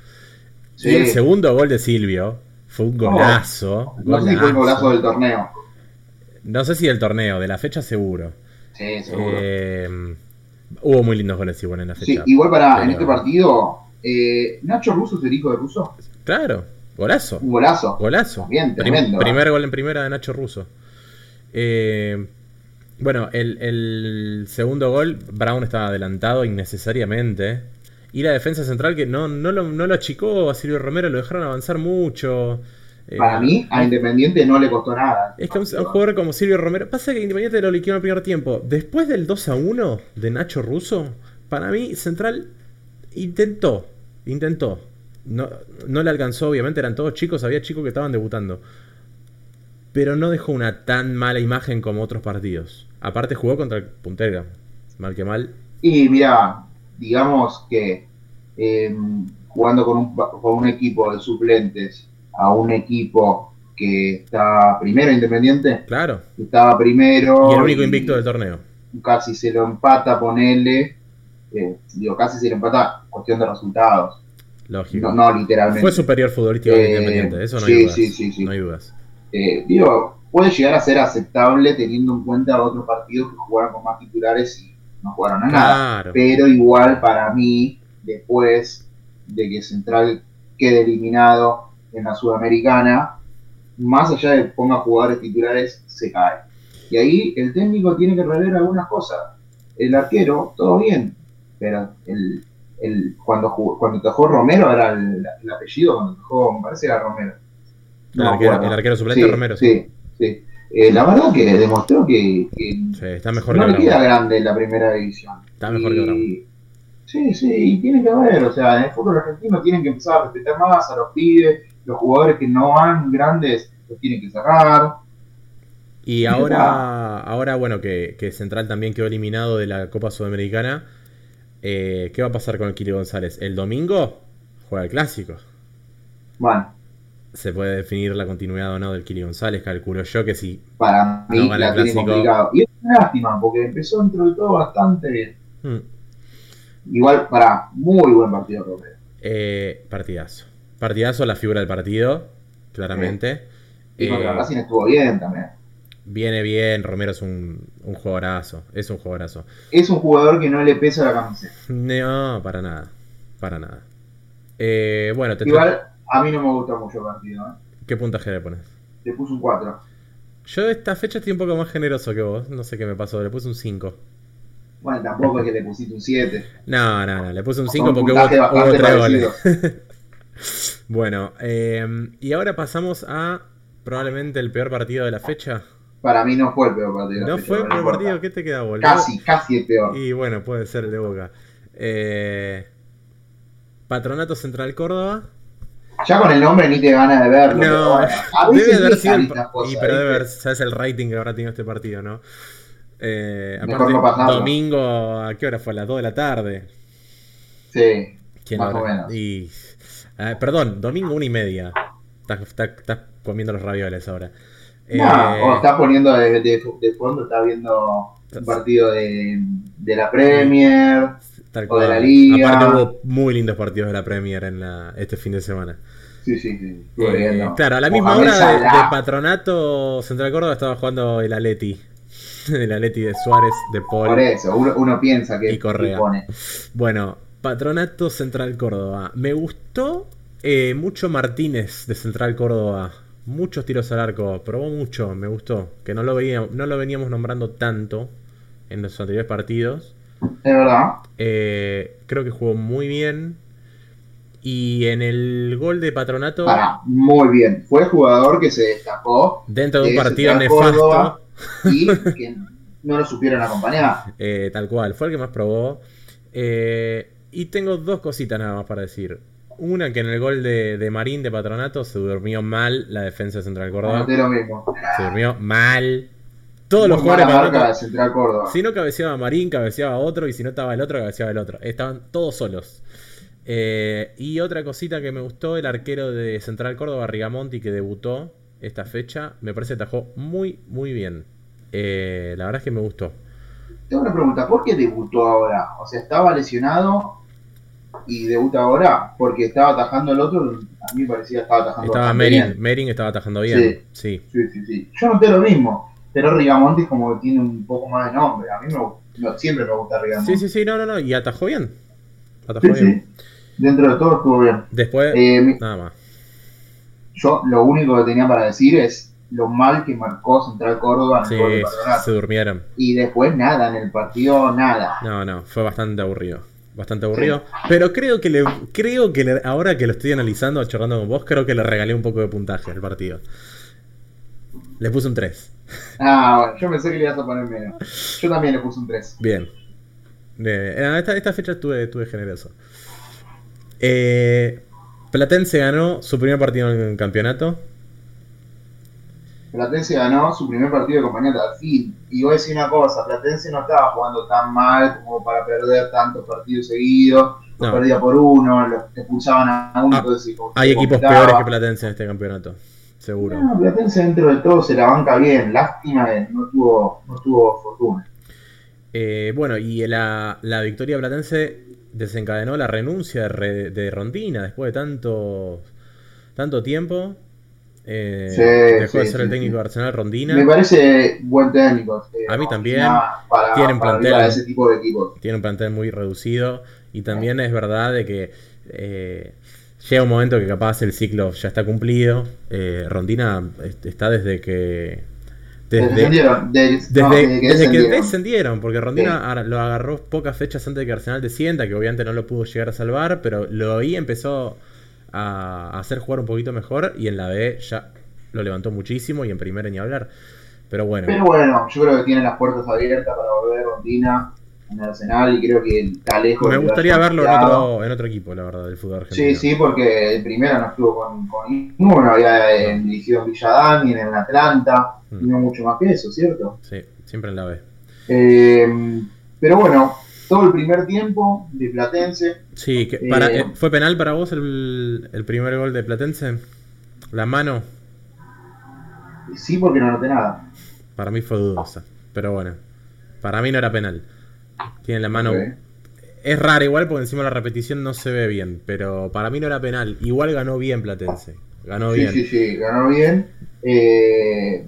Speaker 2: Sí.
Speaker 1: Y el segundo gol de Silvio fue un
Speaker 2: Oh.
Speaker 1: golazo.
Speaker 2: No sé si fue el golazo
Speaker 1: golazo.
Speaker 2: del torneo.
Speaker 1: No sé si del torneo, de la fecha seguro.
Speaker 2: Sí, seguro.
Speaker 1: Eh, hubo muy lindos goles igual en la
Speaker 2: sí,
Speaker 1: fecha.
Speaker 2: igual para en
Speaker 1: Pero-
Speaker 2: este partido, eh, Nacho Russo es el hijo de Russo.
Speaker 1: Claro, golazo.
Speaker 2: Un golazo.
Speaker 1: Golazo.
Speaker 2: Bien,
Speaker 1: Prim-
Speaker 2: tremendo, ¿eh?
Speaker 1: primer gol en primera de Nacho Russo. Eh, bueno, el, el segundo gol, Brown estaba adelantado innecesariamente. Y la defensa central que no, no, lo, no lo achicó a Silvio Romero, lo dejaron avanzar mucho. Eh,
Speaker 2: Para mí, a Independiente no le costó nada.
Speaker 1: Es que a un, a un jugador como Silvio Romero. Pasa que Independiente lo liquidó en el primer tiempo. Después del 2 a 1 de Nacho Russo, para mí Central intentó. Intentó. No, no le alcanzó, obviamente, eran todos chicos, había chicos que estaban debutando. Pero no dejó una tan mala imagen como otros partidos. Aparte jugó contra el Puntero. Mal que mal.
Speaker 2: Y mira, digamos que eh, jugando con un, con un equipo de suplentes a un equipo que está primero Independiente,
Speaker 1: Claro.
Speaker 2: que estaba primero.
Speaker 1: Y el único invicto del torneo.
Speaker 2: Casi se lo empata, ponele. eh, digo, casi se lo empata, cuestión de resultados.
Speaker 1: Lógico.
Speaker 2: No, no literalmente.
Speaker 1: Fue superior futbolístico de
Speaker 2: Eh,
Speaker 1: Independiente. Eso no
Speaker 2: sí,
Speaker 1: hay dudas.
Speaker 2: sí, sí, sí.
Speaker 1: No hay dudas.
Speaker 2: Eh, digo, puede llegar a ser aceptable teniendo en cuenta otros partidos que jugaron con más titulares y no jugaron a nada.
Speaker 1: Claro.
Speaker 2: Pero igual para mí, después de que Central quede eliminado en la Sudamericana, más allá de que ponga jugadores titulares, se cae. Y ahí el técnico tiene que rever algunas cosas. El arquero, todo bien, pero el, el- cuando jugó, cuando tajó Romero era el, el apellido, cuando tajó, me parece que era Romero.
Speaker 1: El
Speaker 2: No me
Speaker 1: arquero,
Speaker 2: acuerdo.
Speaker 1: el arquero suplente
Speaker 2: Sí,
Speaker 1: Romero. Sí.
Speaker 2: Sí, sí. Eh, la verdad que demostró que, que
Speaker 1: Sí, está mejor
Speaker 2: no
Speaker 1: que
Speaker 2: le
Speaker 1: Brown.
Speaker 2: queda grande la primera división.
Speaker 1: Está mejor que Brown.
Speaker 2: Y- Sí, sí, y tiene que haber, o sea, en el fútbol argentino tienen que empezar a respetar más a los pibes, los jugadores que no van grandes los tienen que cerrar.
Speaker 1: Y ahora, ahora bueno, que, que Central también quedó eliminado de la Copa Sudamericana. eh, ¿Qué va a pasar con el Kiri González? El domingo juega el clásico.
Speaker 2: Bueno,
Speaker 1: Se puede definir la continuidad o no del Kiri González. Calculo yo que sí.
Speaker 2: para mí
Speaker 1: No, gana
Speaker 2: la
Speaker 1: el
Speaker 2: tiene
Speaker 1: clásico.
Speaker 2: complicado. Y es una lástima, porque empezó dentro de todo bastante bien.
Speaker 1: Mm.
Speaker 2: Igual para muy buen partido, Romero.
Speaker 1: Eh, partidazo. Partidazo, la figura del partido, claramente.
Speaker 2: Y contra
Speaker 1: Eh,
Speaker 2: Racing estuvo bien también.
Speaker 1: viene bien, Romero es un, un jugadorazo. Es un jugadorazo.
Speaker 2: Es un jugador que no le pesa la camiseta.
Speaker 1: No, para nada. Para nada. Eh, bueno, te
Speaker 2: Igual a mí no me gusta mucho el partido, ¿eh?
Speaker 1: ¿qué puntaje le pones?
Speaker 2: Le puse un 4.
Speaker 1: Yo esta fecha estoy un poco más generoso que vos. No sé qué me pasó, le puse un 5.
Speaker 2: Bueno, tampoco es que le pusiste un 7.
Speaker 1: No, no, no, le puse un 5
Speaker 2: Son
Speaker 1: porque hubo,
Speaker 2: puntajes
Speaker 1: hubo
Speaker 2: bastante
Speaker 1: tres goles.
Speaker 2: parecidos.
Speaker 1: Bueno, eh, y ahora pasamos a probablemente el peor partido de la fecha.
Speaker 2: Para mí no fue el peor partido. de la
Speaker 1: No
Speaker 2: fecha,
Speaker 1: fue el
Speaker 2: pero
Speaker 1: peor
Speaker 2: no
Speaker 1: partido,
Speaker 2: importa.
Speaker 1: ¿qué te queda, boludo?
Speaker 2: Casi, casi el peor.
Speaker 1: Y bueno, puede ser el de Boca. Eh, Patronato Central Córdoba.
Speaker 2: Ya con el nombre ni te gana de verlo.
Speaker 1: No,
Speaker 2: pero bueno, a veces
Speaker 1: debe haber sido.
Speaker 2: dejan
Speaker 1: el-
Speaker 2: estas cosas,
Speaker 1: y, pero debe
Speaker 2: ¿viste?
Speaker 1: haber, sabes el rating que habrá tenido este partido, ¿no? Eh,
Speaker 2: Mejor
Speaker 1: aparte,
Speaker 2: no pasarlo.
Speaker 1: domingo, ¿a qué hora fue? A las 2 de la tarde.
Speaker 2: Sí.
Speaker 1: ¿Quién
Speaker 2: Más o
Speaker 1: ahora?
Speaker 2: menos.
Speaker 1: Y, ah, perdón, domingo una y media. Estás, estás- estás comiendo los ravioles ahora.
Speaker 2: No,
Speaker 1: Eh,
Speaker 2: o estás poniendo de, de- de fondo, estás viendo un partido de, de la Premier.
Speaker 1: tal
Speaker 2: o de la
Speaker 1: cual.
Speaker 2: liga.
Speaker 1: Aparte hubo muy lindos partidos de la Premier en la, este fin de semana.
Speaker 2: Sí, sí, sí.
Speaker 1: Eh,
Speaker 2: estuve viendo.
Speaker 1: claro, a la misma
Speaker 2: Mohamed
Speaker 1: hora de,
Speaker 2: Salah.
Speaker 1: de Patronato Central Córdoba estaba jugando el Aleti. *laughs* El Aleti de Suárez, de
Speaker 2: Por
Speaker 1: Paul.
Speaker 2: eso, uno, uno piensa que
Speaker 1: Y Correa.
Speaker 2: que pone.
Speaker 1: Bueno, Patronato Central Córdoba. Me gustó eh, mucho Martínez de Central Córdoba. Muchos tiros al arco. Probó mucho, me gustó. Que no lo, veía, no lo veníamos nombrando tanto en los anteriores partidos.
Speaker 2: Es verdad.
Speaker 1: Eh, creo que jugó muy bien. Y en el gol de Patronato,
Speaker 2: Para, muy bien. Fue el jugador que se destacó
Speaker 1: dentro de un
Speaker 2: de
Speaker 1: partido
Speaker 2: Central
Speaker 1: nefasto. *laughs*
Speaker 2: Córdoba. y que no lo supieron acompañar.
Speaker 1: Eh, tal cual, fue el que más probó. Eh, y tengo dos cositas nada más para decir. Una que en el gol de, de Marín de Patronato se durmió mal la defensa de Central Córdoba.
Speaker 2: Anoté lo mismo.
Speaker 1: Se durmió mal. Todos los
Speaker 2: Ah, Muy mala
Speaker 1: jugadores de
Speaker 2: marca de
Speaker 1: Patronato.
Speaker 2: Central Córdoba.
Speaker 1: Si no cabeceaba Marín, cabeceaba otro. Y si no estaba el otro, cabeceaba el otro. Estaban todos solos. Eh, y otra cosita que me gustó, el arquero de Central Córdoba, Rigamonti, que debutó esta fecha, me parece que atajó muy, muy bien. Eh, la verdad es que me gustó.
Speaker 2: Tengo una pregunta, ¿por qué debutó ahora? O sea, estaba lesionado y debuta ahora porque estaba atajando al otro, a mí me parecía que estaba atajando
Speaker 1: Estaba
Speaker 2: bastante
Speaker 1: Merin,
Speaker 2: bien.
Speaker 1: Merin estaba atajando bien. Sí.
Speaker 2: Sí, sí, sí. Yo noté lo mismo, pero Rigamonti como que tiene un poco más de nombre. A mí me, gu- no, siempre me gusta Rigamonti.
Speaker 1: sí, sí, sí, no, no, no. Y atajó bien. Atajó
Speaker 2: Sí,
Speaker 1: bien.
Speaker 2: sí. Dentro de todo estuvo bien.
Speaker 1: Después,
Speaker 2: Eh, mi-
Speaker 1: nada más.
Speaker 2: yo lo único que tenía para decir es lo mal que marcó Central Córdoba en
Speaker 1: Sí,
Speaker 2: el gol de Patronato.
Speaker 1: se durmieron.
Speaker 2: Y después nada, en el partido nada.
Speaker 1: No, no, fue bastante aburrido. Bastante aburrido. Pero creo que le, creo que le- ahora que lo estoy analizando, charlando con vos, creo que le regalé un poco de puntaje al partido. Le puse un 3.
Speaker 2: Ah, bueno, yo pensé que le ibas a poner menos. Yo también le puse un 3.
Speaker 1: Bien. Eh, eh, esta, esta fecha estuve, estuve generoso. Eh, Platense ganó su primer partido en el campeonato.
Speaker 2: Platense ganó su primer partido de compañía al fin. Y voy a decir una cosa, Platense no estaba jugando tan mal como para perder tantos partidos seguidos. Los
Speaker 1: No.
Speaker 2: perdía por uno, los expulsaban a uno,
Speaker 1: Ah,
Speaker 2: entonces como que
Speaker 1: Hay
Speaker 2: se
Speaker 1: equipos
Speaker 2: complicaba.
Speaker 1: peores que Platense en este campeonato. Seguro.
Speaker 2: No, Platense dentro de todo se la banca bien. Lástima que no tuvo, no tuvo fortuna.
Speaker 1: Eh, bueno, y la, la victoria platense desencadenó la renuncia de, Re- de Rondina después de tanto, tanto tiempo. Eh,
Speaker 2: Sí,
Speaker 1: dejó de
Speaker 2: sí,
Speaker 1: ser
Speaker 2: sí,
Speaker 1: el técnico
Speaker 2: sí.
Speaker 1: de Arsenal Rondina.
Speaker 2: Me parece buen técnico. eh,
Speaker 1: A mí
Speaker 2: no,
Speaker 1: también.
Speaker 2: nada, Para,
Speaker 1: Tienen
Speaker 2: para
Speaker 1: plantel.
Speaker 2: arriba de ese tipo de equipos.
Speaker 1: Tiene un plantel muy reducido. Y también
Speaker 2: Ah.
Speaker 1: es verdad de que eh, llega un momento que capaz el ciclo ya está cumplido. Eh, Rondina eh, está desde que... Desde,
Speaker 2: Descendieron, des-
Speaker 1: Desde,
Speaker 2: no, desde que
Speaker 1: desde que
Speaker 2: descendieron.
Speaker 1: descendieron, porque Rondina ar- lo agarró pocas fechas antes de que Arsenal descienda, que obviamente no lo pudo llegar a salvar, pero lo I empezó a a hacer jugar un poquito mejor y en la B ya lo levantó muchísimo y en primera ni hablar. Pero bueno,
Speaker 2: Pero bueno, yo creo que tiene las puertas abiertas para volver a Rondina en Arsenal y creo que está lejos
Speaker 1: me
Speaker 2: de
Speaker 1: gustaría
Speaker 2: haber
Speaker 1: verlo en
Speaker 2: quedado.
Speaker 1: otro, en otro equipo, la verdad, del fútbol argentino.
Speaker 2: Sí, sí, porque en primera no estuvo con, con ninguno, había eh, dirigido en Villadán, ni en el Atlanta,
Speaker 1: Mm.
Speaker 2: y no mucho más que eso, ¿cierto?
Speaker 1: Sí, siempre en la B.
Speaker 2: Eh, pero bueno, todo el primer tiempo de Platense,
Speaker 1: Sí, que para-
Speaker 2: Eh,
Speaker 1: eh, ¿fue penal para vos el, el primer gol de Platense? La mano,
Speaker 2: sí porque no noté nada.
Speaker 1: para mí fue dudosa, pero bueno, para mí no era penal. Tiene la mano
Speaker 2: Ok.
Speaker 1: Es raro igual porque encima la repetición no se ve bien, pero para mí no era penal. Igual ganó bien Platense. Ganó
Speaker 2: Sí,
Speaker 1: bien.
Speaker 2: sí, sí, ganó bien. Eh,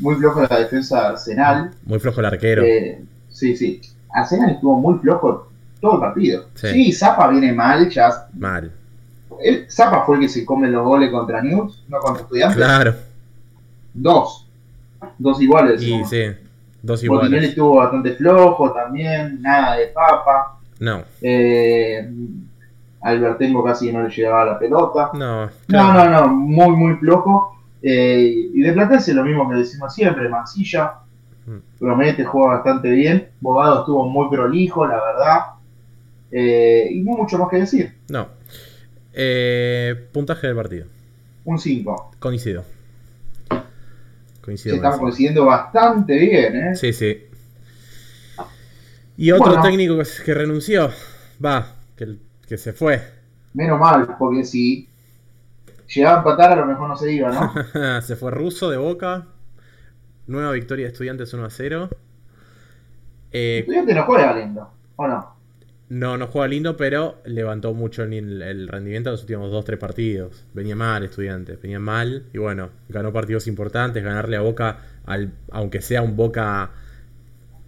Speaker 2: muy floja la defensa de Arsenal.
Speaker 1: Muy flojo el arquero.
Speaker 2: Eh, sí, sí. Arsenal estuvo muy flojo todo el partido.
Speaker 1: Sí.
Speaker 2: Sí, Zapa viene mal, ya.
Speaker 1: Mal.
Speaker 2: él- Zapa fue el que se come los goles contra News, no contra Estudiantes.
Speaker 1: Claro.
Speaker 2: Dos. Dos iguales.
Speaker 1: Y
Speaker 2: ¿no?
Speaker 1: sí. Dos
Speaker 2: Botinelli
Speaker 1: iguales.
Speaker 2: estuvo bastante flojo también, nada de papa.
Speaker 1: No.
Speaker 2: Eh, Albertengo casi no le llegaba la pelota.
Speaker 1: No.
Speaker 2: No,
Speaker 1: claro.
Speaker 2: no, no, muy, muy flojo. Eh, y de Platense lo mismo que decimos siempre, Mancilla
Speaker 1: Mm.
Speaker 2: promete, juega bastante bien. Bogado estuvo muy prolijo, la verdad. Eh, y no hay mucho más que decir.
Speaker 1: No. Eh, puntaje del partido.
Speaker 2: Un 5.
Speaker 1: Coincido.
Speaker 2: Se
Speaker 1: Coincido. con
Speaker 2: están
Speaker 1: eso.
Speaker 2: consiguiendo bastante bien, ¿eh?
Speaker 1: Sí, sí. Y otro
Speaker 2: Bueno.
Speaker 1: técnico que, se- que renunció. Va, que, que se fue. *laughs*
Speaker 2: Menos mal, porque si llegaba a empatar, a lo mejor no se iba, ¿no?
Speaker 1: se fue ruso de boca. Nueva victoria de estudiantes 1 a 0. *laughs* Eh,
Speaker 2: Estudiante no juega lindo, ¿o no?
Speaker 1: no, no juega lindo, pero levantó mucho el, el rendimiento de los últimos 2-3 partidos. Venía mal, estudiantes, venía mal. Y bueno, ganó partidos importantes. Ganarle a Boca, al, aunque sea un Boca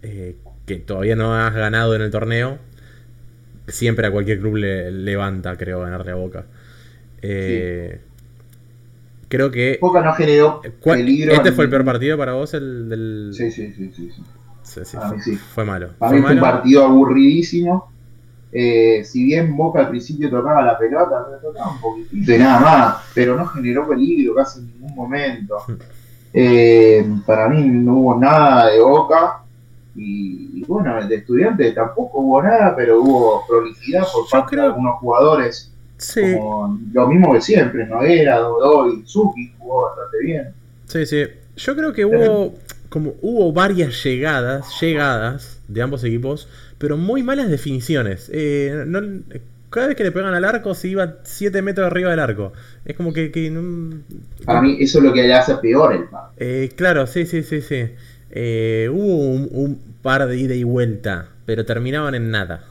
Speaker 1: eh, que todavía no has ganado en el torneo, siempre a cualquier club le levanta, creo, ganarle a Boca. Eh, Creo que
Speaker 2: Boca no generó
Speaker 1: ¿Cuál-
Speaker 2: peligro.
Speaker 1: ¿Este
Speaker 2: en-
Speaker 1: fue el peor partido para vos? El del...
Speaker 2: Sí, sí, sí. sí, sí.
Speaker 1: Sí, sí,
Speaker 2: Para
Speaker 1: fue,
Speaker 2: mí sí.
Speaker 1: fue malo.
Speaker 2: Para
Speaker 1: Fue
Speaker 2: mí fue un
Speaker 1: malo.
Speaker 2: partido aburridísimo. Eh, si bien Boca al principio tocaba la pelota, pero tocaba un poquitito y nada más, pero no generó peligro casi en ningún momento.
Speaker 1: *laughs*
Speaker 2: Eh, para mí no hubo nada de Boca. Y, y bueno, el de estudiantes tampoco hubo nada, pero hubo prolijidad por
Speaker 1: Yo
Speaker 2: parte
Speaker 1: creo-
Speaker 2: de algunos jugadores.
Speaker 1: Sí,
Speaker 2: Como lo mismo que siempre, Noguera, Godoy, Suki jugó bastante bien.
Speaker 1: sí, sí. Yo creo que hubo como hubo varias llegadas, llegadas de ambos equipos, pero muy malas definiciones. Eh, no- cada vez que le pegan al arco se iba 7 metros arriba del arco. Es como que... que no-
Speaker 2: Para mí eso es lo que le hace peor el partido.
Speaker 1: Eh, claro, sí, sí, sí, sí. Eh, hubo un, un par de ida y vuelta, pero terminaban en nada.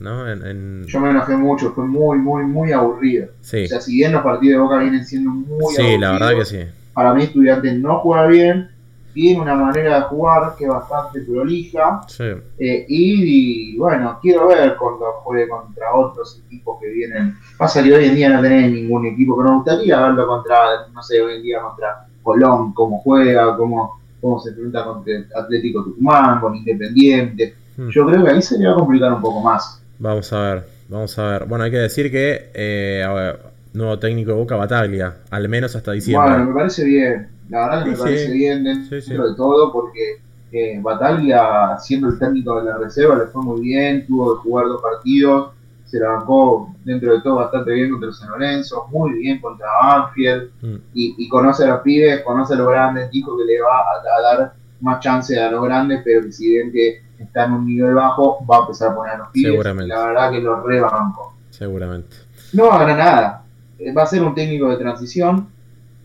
Speaker 1: ¿No? En, en-
Speaker 2: Yo me enojé mucho, fue muy, muy, muy aburrido.
Speaker 1: Sí,
Speaker 2: O sea, si bien los partidos de Boca vienen siendo muy
Speaker 1: sí, la
Speaker 2: aburridos,
Speaker 1: verdad que sí.
Speaker 2: Para mí Estudiantes no juega bien, tiene una manera de jugar que es bastante prolija.
Speaker 1: Sí.
Speaker 2: eh, y, y, bueno, quiero ver cuando juegue contra otros equipos que vienen. Pasa que hoy en día no tenés ningún equipo, pero me gustaría verlo contra, no sé, hoy en día contra Colón, cómo juega, cómo, cómo se enfrenta contra Atlético Tucumán, con Independiente.
Speaker 1: Hmm.
Speaker 2: Yo creo que ahí se le va a complicar un poco más.
Speaker 1: Vamos a ver, vamos a ver. Bueno, hay que decir que eh, a ver, nuevo técnico de Boca Bataglia, al menos hasta diciembre.
Speaker 2: Bueno, me parece bien. La verdad que me
Speaker 1: Sí,
Speaker 2: parece
Speaker 1: sí.
Speaker 2: bien dentro
Speaker 1: Sí, sí.
Speaker 2: de todo porque eh, Bataglia, siendo el técnico de la reserva, le fue muy bien. Tuvo que jugar dos partidos. Se la bancó dentro de todo bastante bien contra San Lorenzo. Muy bien contra Banfield.
Speaker 1: Mm,
Speaker 2: Y, y conoce a los pibes, conoce a los grandes. Dijo que le va a, a dar más chance a los grandes, pero que si bien que está en un nivel bajo, va a empezar a poner a los pibes.
Speaker 1: Seguramente.
Speaker 2: La verdad que los rebancó
Speaker 1: seguramente.
Speaker 2: no va a ganar nada. Eh, Va a ser un técnico de transición.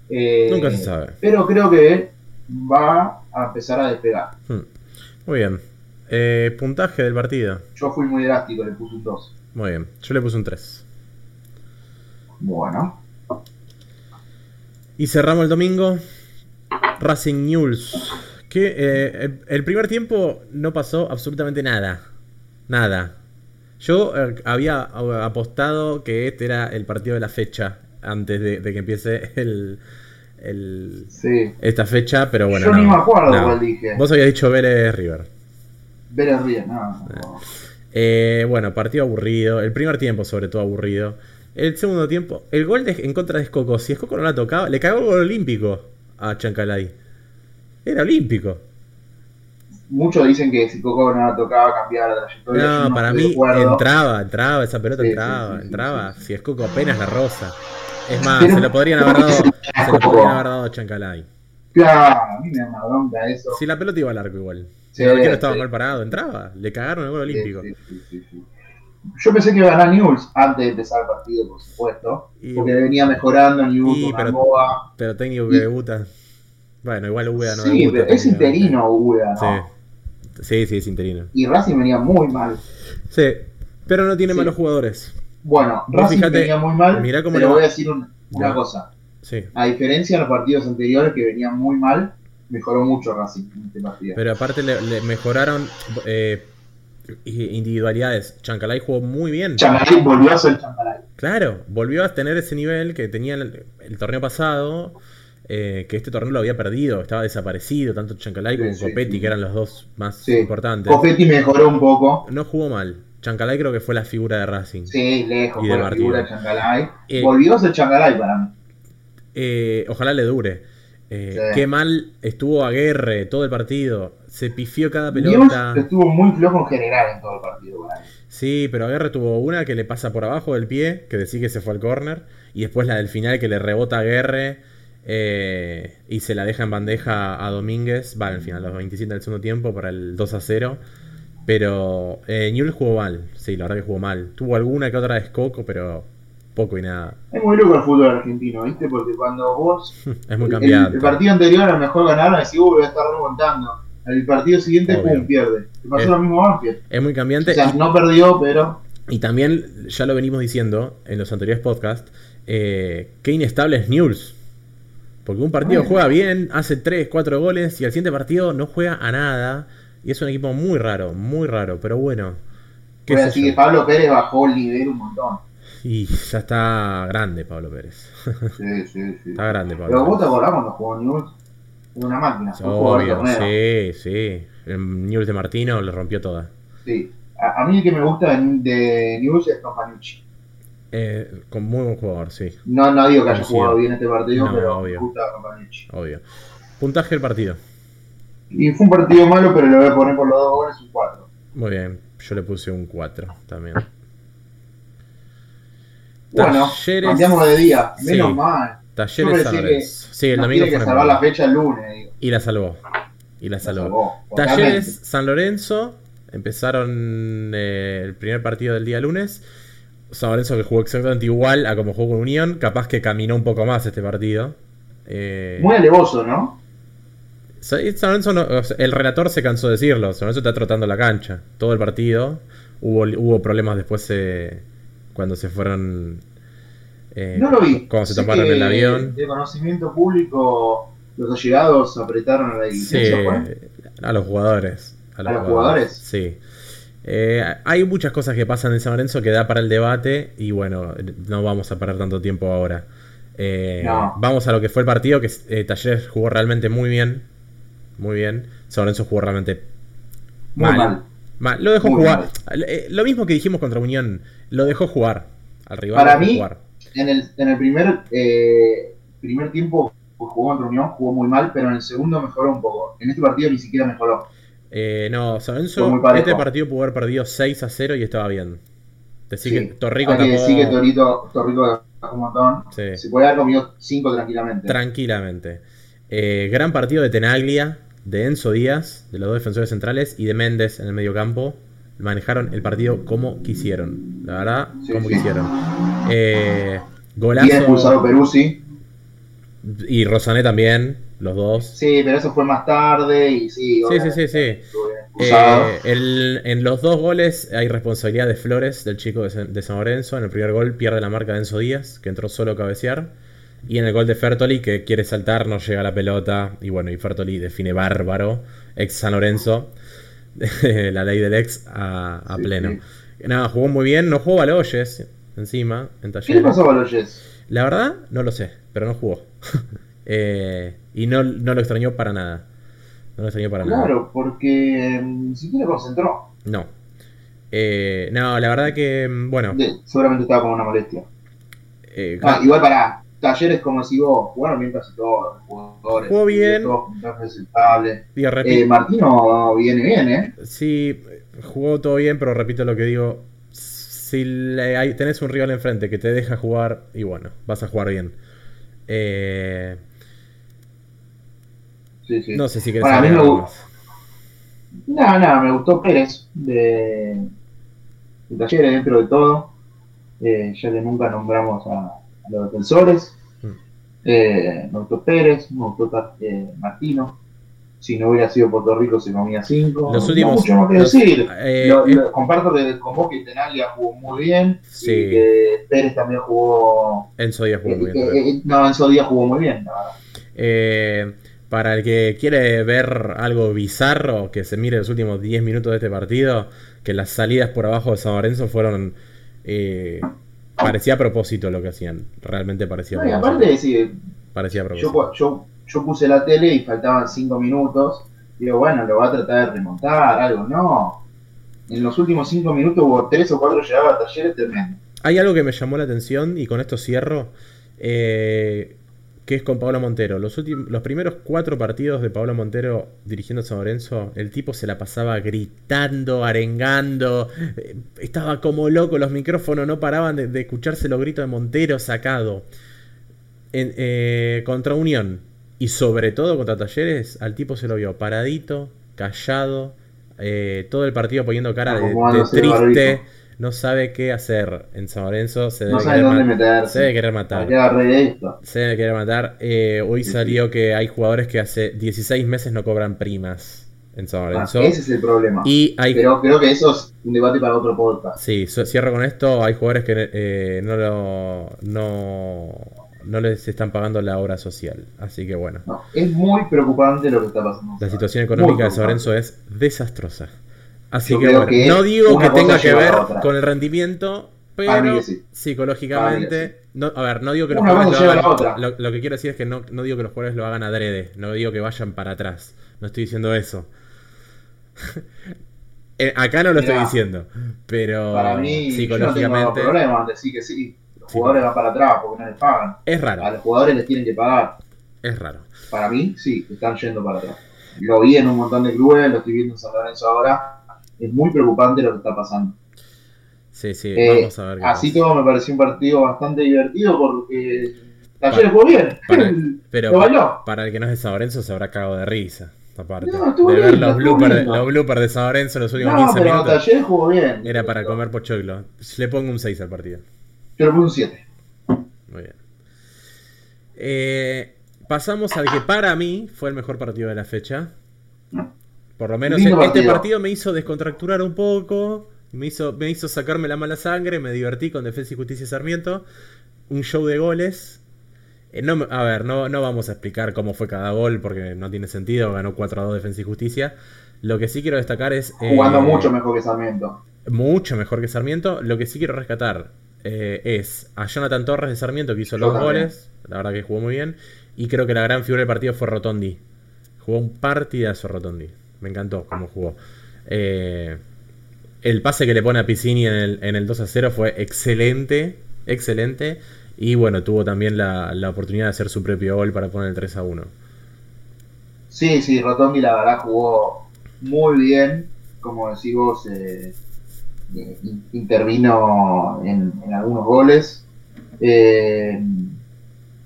Speaker 2: eh,
Speaker 1: Nunca se sabe.
Speaker 2: Pero creo que va a empezar a despegar.
Speaker 1: Mm. Muy bien. Eh, puntaje del partido.
Speaker 2: Yo fui muy drástico, le puse un 2.
Speaker 1: Muy bien. Yo le puse un 3.
Speaker 2: Bueno,
Speaker 1: Y cerramos el domingo. Racing News. Que eh, el- el primer tiempo no pasó absolutamente nada. Nada. Yo eh, había a- apostado que este era el partido de la fecha antes de, de que empiece el, el-
Speaker 2: sí.
Speaker 1: esta fecha, pero bueno.
Speaker 2: Yo ni
Speaker 1: no,
Speaker 2: me acuerdo
Speaker 1: no.
Speaker 2: cuál dije.
Speaker 1: Vos habías dicho Vélez River.
Speaker 2: Vélez Ríos, no, no.
Speaker 1: Eh, bueno, partido aburrido. El primer tiempo, sobre todo, aburrido. El segundo tiempo, el gol de- en contra de Escoco. Si Escoco no la tocaba, le cagó el gol olímpico a Chancalay. Era olímpico.
Speaker 2: Muchos dicen que si Coco no la tocaba cambiar la trayectoria. yo
Speaker 1: No,
Speaker 2: no
Speaker 1: para
Speaker 2: estoy de
Speaker 1: mí
Speaker 2: acuerdo.
Speaker 1: entraba, entraba, esa pelota
Speaker 2: Sí, sí,
Speaker 1: entraba,
Speaker 2: sí, sí,
Speaker 1: entraba.
Speaker 2: sí,
Speaker 1: Si Escoco apenas la rosa. Es más,
Speaker 2: Pero-
Speaker 1: se lo podrían haber
Speaker 2: *laughs*
Speaker 1: dado, se lo
Speaker 2: Escoco.
Speaker 1: podrían haber dado a Chancalay.
Speaker 2: Claro, a mí me da una bronca eso.
Speaker 1: Si la pelota iba al arco igual.
Speaker 2: Sí,
Speaker 1: el arquero estaba
Speaker 2: sí.
Speaker 1: mal parado, entraba. Le cagaron el gol
Speaker 2: Sí,
Speaker 1: olímpico.
Speaker 2: sí, sí, sí, sí. Yo pensé que iba a ganar News antes de empezar el partido, por supuesto.
Speaker 1: Y-
Speaker 2: porque venía mejorando News
Speaker 1: Y,
Speaker 2: con
Speaker 1: pero-
Speaker 2: Gamboa.
Speaker 1: Pero técnico que
Speaker 2: Y-
Speaker 1: debuta. Bueno, igual Ubeda no
Speaker 2: sí,
Speaker 1: debuta
Speaker 2: pero es
Speaker 1: técnicamente.
Speaker 2: interino Ueda, ¿no?
Speaker 1: Sí. sí, sí, es interino.
Speaker 2: Y Racing venía muy mal.
Speaker 1: Sí, pero no tiene
Speaker 2: Sí.
Speaker 1: malos jugadores.
Speaker 2: Bueno,
Speaker 1: Vos
Speaker 2: Racing
Speaker 1: fijate,
Speaker 2: venía muy mal,
Speaker 1: mirá cómo
Speaker 2: pero
Speaker 1: le va.
Speaker 2: voy a decir un- una
Speaker 1: Ya.
Speaker 2: cosa.
Speaker 1: Sí.
Speaker 2: A diferencia de los partidos anteriores que venían muy mal, mejoró mucho Racing en este partido.
Speaker 1: Pero aparte le, le mejoraron eh, individualidades. Chancalay jugó muy bien.
Speaker 2: Chamalay volvió a ser Chamalay.
Speaker 1: Claro, volvió a tener ese nivel que tenía el, el torneo pasado, eh, que este torneo lo había perdido, estaba desaparecido, tanto Chancalay
Speaker 2: Sí,
Speaker 1: como
Speaker 2: sí,
Speaker 1: Copetti,
Speaker 2: sí.
Speaker 1: que eran los dos más
Speaker 2: Sí.
Speaker 1: importantes.
Speaker 2: Copetti mejoró un poco.
Speaker 1: No jugó mal. Chancalay creo que fue la figura de Racing.
Speaker 2: Sí, lejos,
Speaker 1: Y
Speaker 2: por
Speaker 1: de
Speaker 2: la
Speaker 1: partido.
Speaker 2: figura de Chamalay.
Speaker 1: Eh,
Speaker 2: volvió a ser Chamalay para mí.
Speaker 1: Eh, ojalá le dure. Eh,
Speaker 2: Sí.
Speaker 1: Qué mal estuvo Aguerre todo el partido. Se pifió cada
Speaker 2: News
Speaker 1: pelota.
Speaker 2: estuvo muy flojo en general en todo el partido para mí.
Speaker 1: Sí, pero Aguerre tuvo una que le pasa por abajo del pie, que decía que se fue al córner, y después la del final que le rebota a Aguerre eh, y se la deja en bandeja a Domínguez, va al final, a los 27 del segundo tiempo para el 2 a 0. Pero eh, Newell jugó mal, sí, la verdad que jugó mal. Tuvo alguna que otra descoco, pero poco y nada.
Speaker 2: Es muy loco el fútbol argentino, ¿viste? Porque cuando vos.
Speaker 1: es *laughs* muy
Speaker 2: el,
Speaker 1: cambiante.
Speaker 2: el partido anterior a lo mejor ganaron, decís, uh, voy a estar remontando. El partido siguiente,
Speaker 1: Obvio.
Speaker 2: pum, pierde. Le pasó
Speaker 1: Es-
Speaker 2: lo mismo a Banfield.
Speaker 1: Es muy cambiante.
Speaker 2: O sea, no perdió, pero.
Speaker 1: Y también, ya lo venimos diciendo en los anteriores podcasts, eh, qué inestable es News. Porque un partido
Speaker 2: Ah.
Speaker 1: juega bien, hace 3, 4 goles y al siguiente partido no juega a nada. Y es un equipo muy raro, muy raro, pero bueno. qué
Speaker 2: Voy a
Speaker 1: sé
Speaker 2: decir
Speaker 1: yo.
Speaker 2: que Pablo Pérez bajó el nivel un
Speaker 1: *laughs*
Speaker 2: montón.
Speaker 1: Y ya está grande Pablo Pérez.
Speaker 2: Sí, sí, sí.
Speaker 1: Está grande
Speaker 2: Pero
Speaker 1: Pablo
Speaker 2: vos te
Speaker 1: Pérez.
Speaker 2: acordás cuando jugó Newell's. Era una máquina. fue un jugador
Speaker 1: Obvio,
Speaker 2: torneo.
Speaker 1: sí, sí. El News de Martino le rompió toda.
Speaker 2: Sí. A, a mí el que me gusta de, de Newell's es Campanucci.
Speaker 1: Eh, con muy buen jugador, sí,
Speaker 2: No, no digo que haya
Speaker 1: Coincido.
Speaker 2: jugado bien este partido,
Speaker 1: No,
Speaker 2: pero
Speaker 1: obvio.
Speaker 2: me gusta Campanucci.
Speaker 1: obvio. Puntaje del partido.
Speaker 2: Y fue un partido malo, pero le voy a poner por los dos goles un 4.
Speaker 1: Muy bien, yo le puse un 4 también.
Speaker 2: Bueno,
Speaker 1: Talleres-
Speaker 2: cambiamos de día, menos
Speaker 1: Sí.
Speaker 2: mal. Yo
Speaker 1: Talleres
Speaker 2: pensé
Speaker 1: San Lorenzo. Sí, el
Speaker 2: Nos
Speaker 1: domingo
Speaker 2: tiene que
Speaker 1: fue
Speaker 2: salvar
Speaker 1: una-
Speaker 2: la fecha el lunes, digo.
Speaker 1: Y la salvó. Y la
Speaker 2: La
Speaker 1: salvó.
Speaker 2: salvó, totalmente.
Speaker 1: Talleres San Lorenzo. Empezaron eh, el primer partido del día lunes. San Lorenzo que jugó exactamente igual a como jugó con Unión. Capaz que caminó un poco más este partido. Eh,
Speaker 2: Muy alevoso, ¿no?
Speaker 1: Sa- y San Lorenzo no- o sea, el relator se cansó de decirlo. San Lorenzo está trotando la cancha. Todo el partido. Hubo, hubo problemas después eh, cuando se fueron. eh,
Speaker 2: No lo vi.
Speaker 1: Cuando se
Speaker 2: Sé
Speaker 1: tomaron
Speaker 2: que
Speaker 1: el avión.
Speaker 2: De conocimiento público, los allegados apretaron a la
Speaker 1: Sí,
Speaker 2: dirigencia, ¿fue?
Speaker 1: a los jugadores.
Speaker 2: ¿A los jugadores?
Speaker 1: Sí. Eh, hay muchas cosas que pasan en San Lorenzo que da para el debate y bueno, no vamos a perder tanto tiempo ahora. Eh,
Speaker 2: No.
Speaker 1: Vamos a lo que fue el partido, que eh, Talleres jugó realmente muy bien. Muy bien. San Lorenzo jugó realmente
Speaker 2: Muy
Speaker 1: mal.
Speaker 2: mal.
Speaker 1: mal. Lo dejó
Speaker 2: Muy
Speaker 1: jugar. Eh, Lo mismo que dijimos contra Unión, lo dejó jugar al rival.
Speaker 2: Para
Speaker 1: lo dejó
Speaker 2: mí,
Speaker 1: jugar.
Speaker 2: En el, en el primer, eh, primer tiempo que jugó en reunión, jugó muy mal, pero en el segundo mejoró un poco. En este partido ni siquiera mejoró.
Speaker 1: Eh, no, San
Speaker 2: Fue muy
Speaker 1: Lorenzo,
Speaker 2: parejo.
Speaker 1: este partido pudo haber perdido 6 a 0 y estaba bien. Decí
Speaker 2: Sí.
Speaker 1: que Torrico
Speaker 2: Hay que
Speaker 1: tapó
Speaker 2: decir que Torito, Torrico bajó un montón.
Speaker 1: sí,
Speaker 2: Se puede haber comido 5 tranquilamente.
Speaker 1: tranquilamente. Eh, gran partido de Tenaglia, de Enzo Díaz, de los dos defensores centrales, y de Méndez en el mediocampo. Manejaron el partido como quisieron. La verdad,
Speaker 2: Sí,
Speaker 1: como
Speaker 2: sí.
Speaker 1: quisieron. Eh,
Speaker 2: Bien expulsado
Speaker 1: golazo.
Speaker 2: Peruzzi.
Speaker 1: Y Rosané también, los dos.
Speaker 2: Sí, pero eso fue más tarde y sí.
Speaker 1: Sí, sí, sí, sí.
Speaker 2: estuvo bien expulsado.
Speaker 1: Eh, el- en los dos goles hay responsabilidad de Flores, del chico de, San- de San Lorenzo. En el primer gol pierde la marca de Enzo Díaz, que entró solo a cabecear. Y en el gol de Fertoli, que quiere saltar, no llega la pelota. Y bueno, y Fertoli define bárbaro, ex San Lorenzo. *laughs* la ley del ex a, a
Speaker 2: Sí,
Speaker 1: pleno.
Speaker 2: sí.
Speaker 1: Nada, jugó muy bien, no jugó Baloyes encima, en
Speaker 2: ¿Qué le
Speaker 1: Talleres.
Speaker 2: pasó a Baloyes?
Speaker 1: La verdad, no lo sé, pero no jugó. *laughs* Eh, y no, no lo extrañó para nada. No lo extrañó para nada.
Speaker 2: Claro, porque eh, ni siquiera concentró.
Speaker 1: No. Eh, no, la verdad que, mm, bueno.
Speaker 2: De- seguramente estaba con una molestia.
Speaker 1: eh,
Speaker 2: Ah, igual para talleres, como si vos jugaron bien casi todos los jugadores.
Speaker 1: Jugó bien.
Speaker 2: Todos puntajes aceptables.
Speaker 1: digo,
Speaker 2: Eh,
Speaker 1: repi-
Speaker 2: Martino viene bien, ¿eh?
Speaker 1: sí, jugó todo bien, pero repito lo que digo. Si le- hay- tenés un rival enfrente que te deja jugar, y bueno, vas a jugar bien. Eh,
Speaker 2: Sí, sí.
Speaker 1: no sé si querés
Speaker 2: Para mí
Speaker 1: agregar
Speaker 2: me
Speaker 1: algo
Speaker 2: gu-
Speaker 1: más.
Speaker 2: Nada, nada, me gustó Pérez de, de Talleres dentro de todo, eh, ya que nunca nombramos a, a los defensores.
Speaker 1: Mm.
Speaker 2: Eh, me gustó Pérez, me gustó Ta- eh, Martino. Si no hubiera sido Puerto Rico, se comía cinco.
Speaker 1: Los
Speaker 2: No
Speaker 1: últimos-
Speaker 2: mucho más que
Speaker 1: los-
Speaker 2: decir.
Speaker 1: Eh,
Speaker 2: Lo-
Speaker 1: eh,
Speaker 2: lo- comparto que con vos que Tenalia jugó muy bien.
Speaker 1: Sí.
Speaker 2: Y que Pérez también jugó.
Speaker 1: Enzo Díaz jugó
Speaker 2: eh,
Speaker 1: muy bien.
Speaker 2: eh,
Speaker 1: también.
Speaker 2: eh, no, en esos días jugó muy bien, la verdad.
Speaker 1: Eh, para el que quiere ver algo bizarro, que se mire los últimos 10 minutos de este partido, que las salidas por abajo de San Lorenzo fueron... eh, parecía a propósito lo que hacían. Realmente parecía a
Speaker 2: No, y
Speaker 1: propósito.
Speaker 2: aparte, sí, eh,
Speaker 1: Parecía a propósito.
Speaker 2: yo, yo, yo puse la tele y faltaban 5 minutos. Digo, bueno, lo va a tratar de remontar, algo. No. En los últimos 5 minutos hubo 3 o 4 llegadas a talleres tremendo.
Speaker 1: Hay algo que me llamó la atención y con esto cierro. eh, que es con Pablo Montero. Los, últimos, los primeros cuatro partidos de Pablo Montero dirigiendo a San Lorenzo, el tipo se la pasaba gritando, arengando, eh, estaba como loco, los micrófonos no paraban de, de escucharse los gritos de Montero sacado. En, eh, contra Unión y sobre todo contra Talleres, al tipo se lo vio paradito, callado, eh, todo el partido poniendo cara de, de triste no sabe qué hacer en San Lorenzo. Se debe
Speaker 2: No sabe dónde meterse.
Speaker 1: Se debe querer matar.
Speaker 2: Acá agarré esto.
Speaker 1: Se debe querer matar. Eh, hoy
Speaker 2: Sí,
Speaker 1: salió que hay jugadores que hace 16 meses no cobran primas en San
Speaker 2: Ah,
Speaker 1: Lorenzo.
Speaker 2: ese es el problema.
Speaker 1: y hay.
Speaker 2: Pero creo que eso es un debate para otro podcast.
Speaker 1: Sí, so- cierro con esto. Hay jugadores que eh, no, lo, no, no les están pagando la obra social. Así que bueno.
Speaker 2: No, es muy preocupante lo que está pasando.
Speaker 1: La situación económica de San
Speaker 2: preocupante.
Speaker 1: Lorenzo es desastrosa. Así
Speaker 2: Yo
Speaker 1: que,
Speaker 2: creo
Speaker 1: bueno,
Speaker 2: que
Speaker 1: no digo
Speaker 2: una
Speaker 1: que
Speaker 2: cosa
Speaker 1: tenga que
Speaker 2: lleva a
Speaker 1: ver
Speaker 2: la otra.
Speaker 1: con el rendimiento,
Speaker 2: Para mí
Speaker 1: pero
Speaker 2: que sí. Para mí
Speaker 1: psicológicamente. No, a ver, no digo que los
Speaker 2: Una cosa
Speaker 1: jugadores lo
Speaker 2: lleva a la
Speaker 1: hagan.
Speaker 2: otra.
Speaker 1: Lo, lo que quiero decir es que no, no digo que los jugadores lo hagan adrede, no digo que vayan para atrás. No estoy diciendo eso. *laughs* Eh, Acá no lo estoy
Speaker 2: Mirá,
Speaker 1: diciendo, pero
Speaker 2: Para mí, yo no tengo
Speaker 1: psicológicamente
Speaker 2: problema en decir que sí. Los jugadores van para atrás porque no les pagan.
Speaker 1: es
Speaker 2: A
Speaker 1: raro,
Speaker 2: los jugadores les tienen que pagar.
Speaker 1: es raro.
Speaker 2: Para mí, sí, están yendo para atrás. Lo vi en un montón de clubes, lo estoy viendo en San Lorenzo ahora. Es muy preocupante lo que está pasando.
Speaker 1: Sí, sí,
Speaker 2: Eh,
Speaker 1: vamos a ver. qué
Speaker 2: Así
Speaker 1: pasa.
Speaker 2: todo me pareció un partido bastante divertido porque eh, Talleres jugó bien. *laughs*
Speaker 1: para- pero-
Speaker 2: lo bailó.
Speaker 1: Para el que no es de San Lorenzo se habrá cagado de risa. Aparte.
Speaker 2: No, estuvo
Speaker 1: de ver
Speaker 2: lindo,
Speaker 1: los
Speaker 2: estuvo
Speaker 1: bloopers,
Speaker 2: lindo.
Speaker 1: los bloopers de San Lorenzo en los últimos
Speaker 2: No,
Speaker 1: 15
Speaker 2: pero
Speaker 1: minutos.
Speaker 2: Talleres jugó bien.
Speaker 1: Era para comer pochoclo. Le pongo un 6 al partido.
Speaker 2: Yo le puse un 7.
Speaker 1: Muy bien. Eh, pasamos al que para mí fue el mejor partido de la fecha. Por lo menos
Speaker 2: Lindo
Speaker 1: e- este
Speaker 2: partido.
Speaker 1: partido me hizo descontracturar un poco. Me hizo, me hizo sacarme la mala sangre. Me divertí con Defensa y Justicia Sarmiento. Un show de goles. Eh, no me- a ver, no, no vamos a explicar cómo fue cada gol porque no tiene sentido. Ganó 4 a 2 Defensa y Justicia. Lo que sí quiero destacar es. eh,
Speaker 2: Jugando mucho mejor que Sarmiento.
Speaker 1: mucho mejor que Sarmiento. Lo que sí quiero rescatar eh, es a Jonathan Torres de Sarmiento, que hizo
Speaker 2: Yo
Speaker 1: los
Speaker 2: también.
Speaker 1: goles. La verdad que jugó muy bien. Y creo que la gran figura del partido fue Rotondi. Jugó un partidazo Rotondi. Me encantó cómo jugó. Eh, el pase que le pone a Piscini en el, en el 2 a 0 fue excelente. Excelente. Y bueno, tuvo también la, la oportunidad de hacer su propio gol para poner el 3 a 1.
Speaker 2: Sí, sí, Rotondi la verdad jugó muy bien. Como decís vos, eh, eh, in- intervino en, en algunos goles. Eh,